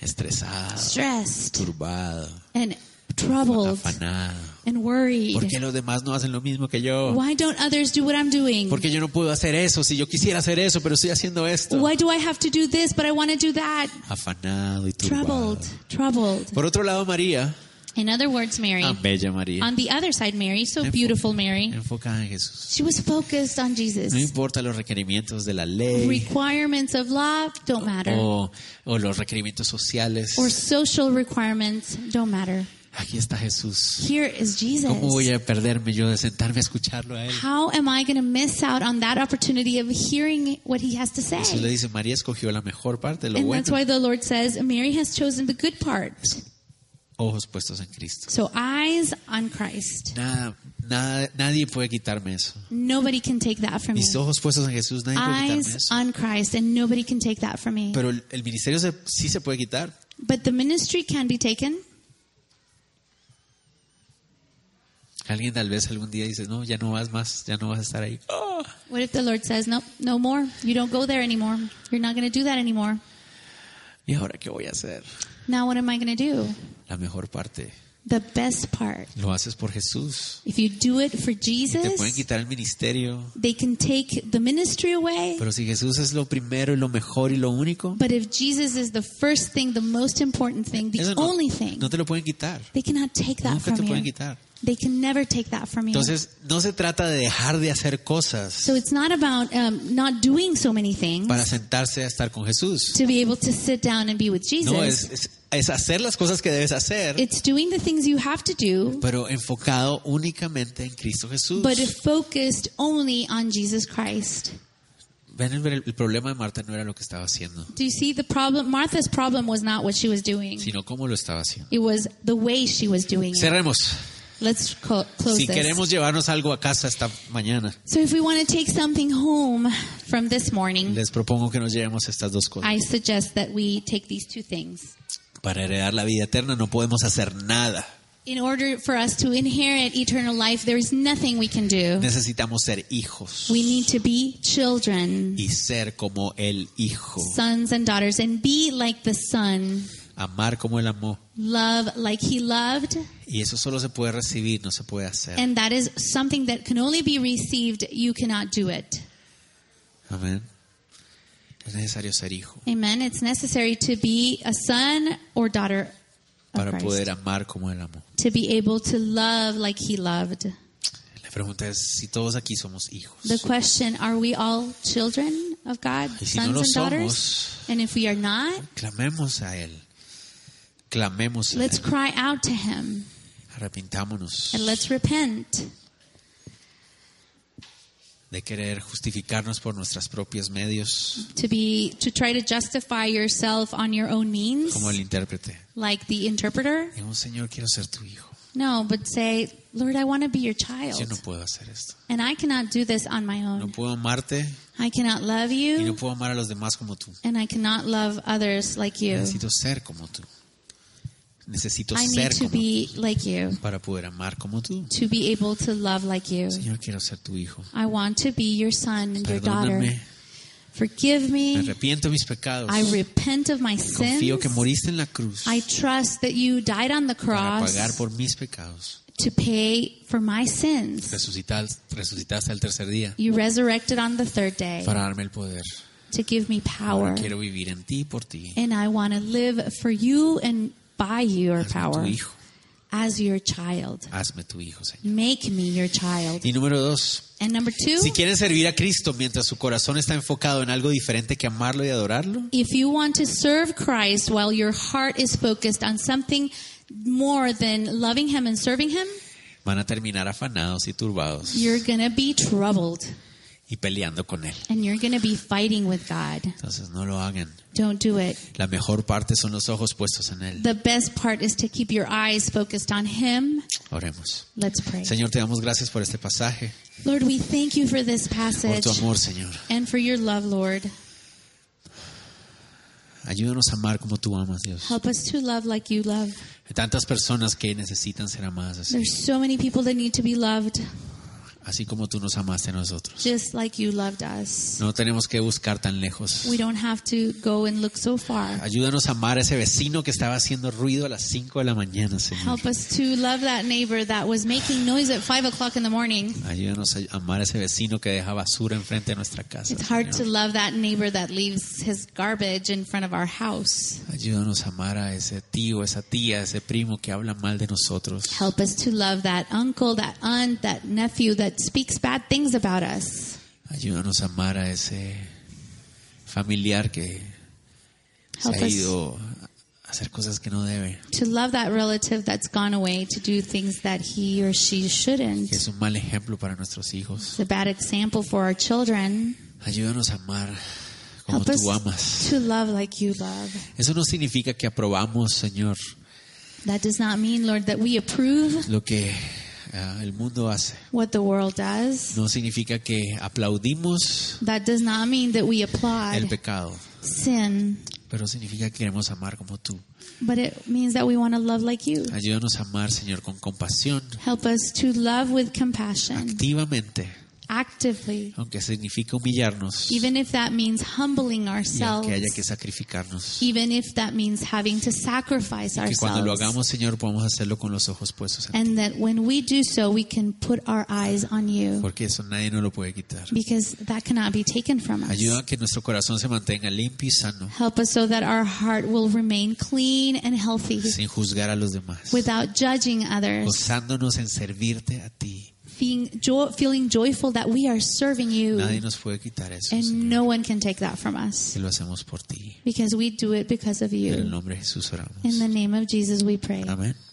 Estresado, Stressed turbado, and troubled afanado. and ¿Por worried. qué los demás no hacen lo mismo que yo? Why don't others do what I'm doing? ¿Por qué yo no puedo hacer eso? Si yo quisiera hacer eso, pero estoy haciendo esto. Why do I have to do this, but I want to do that? Afanado y turbado. Troubled, troubled. Por otro lado, María, In other words, Mary. Ah, bella María. On the other side, Mary, so Enfo- beautiful Mary, Enfocada en Jesús. she was focused on No Jesus. importa los requerimientos de la ley Requirements of law don't matter, o, o los requerimientos sociales. or social requirements don't matter. Aquí está Jesús. Here is ¿Cómo voy Jesus. a perderme yo de sentarme a escucharlo a él? How am I going to miss out on that opportunity of hearing what he has to Jesús le say? dice, María escogió la mejor parte, lo And that's bueno. why the Lord says, Mary has chosen the good part. Ojos puestos en Cristo. So eyes on Christ. Nada, nada, nadie puede quitarme eso. Nobody can take that from me. Mis ojos puestos en Jesús, nadie puede quitarme Eyes eso. on Christ, and nobody can take that from me. Pero el, el ministerio se- sí se puede quitar. But the ministry can be taken. Alguien tal vez algún día dice, no, ya no vas más, ya no vas a estar ahí. Oh, Ah. What if the Lord says, "Nope, no more. You don't go there anymore. You're not going to do that anymore." ¿Y ahora qué voy a hacer? Now what am I going to do? La mejor parte. The best part. Lo haces por Jesús. If you do it for Te pueden Jesus, quitar el ministerio. they can take the ministry away. Pero si Jesús es lo primero y lo mejor y lo único, But if Jesus is the first thing, the most important thing, eso the no, only thing, no te lo pueden quitar. they cannot take that Nunca te from pueden you. quitar. They can never take that from you. Entonces, no se trata de dejar de hacer cosas So it's not about um, not doing so many things para sentarse a estar con Jesús. to be able to sit down and be with Jesus. No, es, es, es hacer las cosas que debes hacer, it's doing the things you have to do, pero enfocado únicamente en Cristo Jesús. but focused only on Jesus Christ. Ven, el, el problema de Marta no era lo que estaba haciendo, Do you see the problem? Martha's problem was not what she was doing. sino cómo lo estaba haciendo. It was the way she was doing it. Cerremos. Let's co- close Si this. queremos llevarnos algo a casa esta mañana, So if we want to take something home from this morning, les propongo que nos llevemos estas dos cosas. I suggest that we take these two things. Para heredar la vida eterna no podemos hacer nada. In order for us to inherit eternal life, there is nothing we can do. Necesitamos ser hijos We need to be children, y ser como el hijo, sons and daughters, and be like the son, amar como el amó. love like he loved, Y eso solo se puede recibir, no se puede hacer. and that is something that can only be received. You cannot do it. Amén. Es necesario ser hijo Amen. It's necessary to be a son or daughter of para poder Christ, amar como el amó. to be able to love like he loved. La pregunta es si todos aquí somos hijos. The question, are we all children of God, Y si no sons lo and daughters? somos- And if we are not, Clamemos a Él. Clamemos a let's Él. cry out to him Arrepintámonos and let's repent. de querer justificarnos por nuestros propios medios, to be to try to justify yourself on your own means como el intérprete. like the interpreter Digo, Señor, quiero ser tu hijo. no but say lord i want to be your child Yo no puedo hacer esto. and i cannot do this on my own No puedo amarte i cannot love you y no puedo amar a los demás como tú. and i cannot love others like you Necesito ser como tú. Necesito i need ser to como be like you tú para poder amar como tú. to be able to love like you Señor, quiero ser tu hijo. i want to be your son and your daughter Perdóname. forgive Me me arrepiento de mis pecados. i repent of my sins Confío que moriste en la cruz i trust that you died on the para cross pagar por mis pecados. to pay for my sins. Resucitas- resucitaste al tercer día You resurrected on the third day para darme el poder. to give me Ahora power. quiero vivir en ti y por ti. And I want to live for you and by your Hazme tu power hijo. as your child. Hazme tu hijo, Señor. Make me your child. Y número dos, And number two, Si quieren servir a Cristo mientras su corazón está enfocado en algo diferente que amarlo y adorarlo, if you want to serve Christ while your heart is focused on something more than loving Him and serving Him, van a terminar afanados y turbados you're going to be troubled y peleando con Él. and you're going to be fighting with God. Entonces no lo hagan. Don't do it. La mejor parte son los ojos puestos en Él. The best part is to keep your eyes focused on Him. Oremos. Let's pray. Señor, te damos gracias por este pasaje, Lord, we thank you for this por passage tu amor, Señor. and for your love, Lord. Ayúdanos a amar como tú amas, Dios. Help us to love like you love. Hay tantas personas que necesitan ser amadas, así, There's so many people that need to be loved así como tú nos amaste a nosotros. just like you loved us. No tenemos que buscar tan lejos. We don't have to go and look so far. Ayúdanos a amar a ese vecino que estaba haciendo ruido a las 5 de la mañana, Señor. Help us to love that neighbor that was making noise at 5 o'clock in the morning. Ayúdanos a amar a ese vecino que deja basura enfrente de nuestra casa. It's hard to Señor. love that neighbor that leaves his garbage in front of our house. Ayúdanos a amar a ese tío, esa tía, ese primo que habla mal de nosotros. Help us to love that uncle, that aunt, that nephew that speaks bad things about us. Ayúdanos a amar a ese familiar que se Help ha us. ido a hacer cosas que no debe, To love that relative that's gone away to do things that he or she shouldn't. que es un mal ejemplo para nuestros hijos. It's a bad example for our children. Ayúdanos a amar como Help tú us amas. to love like you love. Eso no significa que aprobamos, Señor, That does not mean, Lord, that we approve lo que ah, el mundo hace. what the world does. No significa que aplaudimos That does not mean that we el applaud pecado. sin, Pero significa que queremos amar como tú. but it means that we want to love like you. Ayúdanos a amar, Señor, con compasión, Help us to love with compassion, activamente, actively, aunque significa humillarnos even if that means humbling y aunque haya ourselves, que sacrificarnos. even if that means having to sacrifice Que cuando lo ourselves. hagamos, Señor, podamos hacerlo con los ojos puestos en ti. And that when we do so, we can put our eyes on you Porque eso nadie nos lo puede quitar. because that cannot be taken from us. Ayuda a que nuestro corazón se mantenga limpio y sano, Help us so that our heart will remain clean and healthy sin juzgar a los demás. without judging others, Gozándonos en servirte a ti. feeling, jo- feeling joyful that we are serving Nadie you. nos puede quitar eso. Señor, And no one can take that from que us lo hacemos por ti. because we do it because of En el you. nombre de Jesús oramos. In the name of Jesus, we pray. Amén.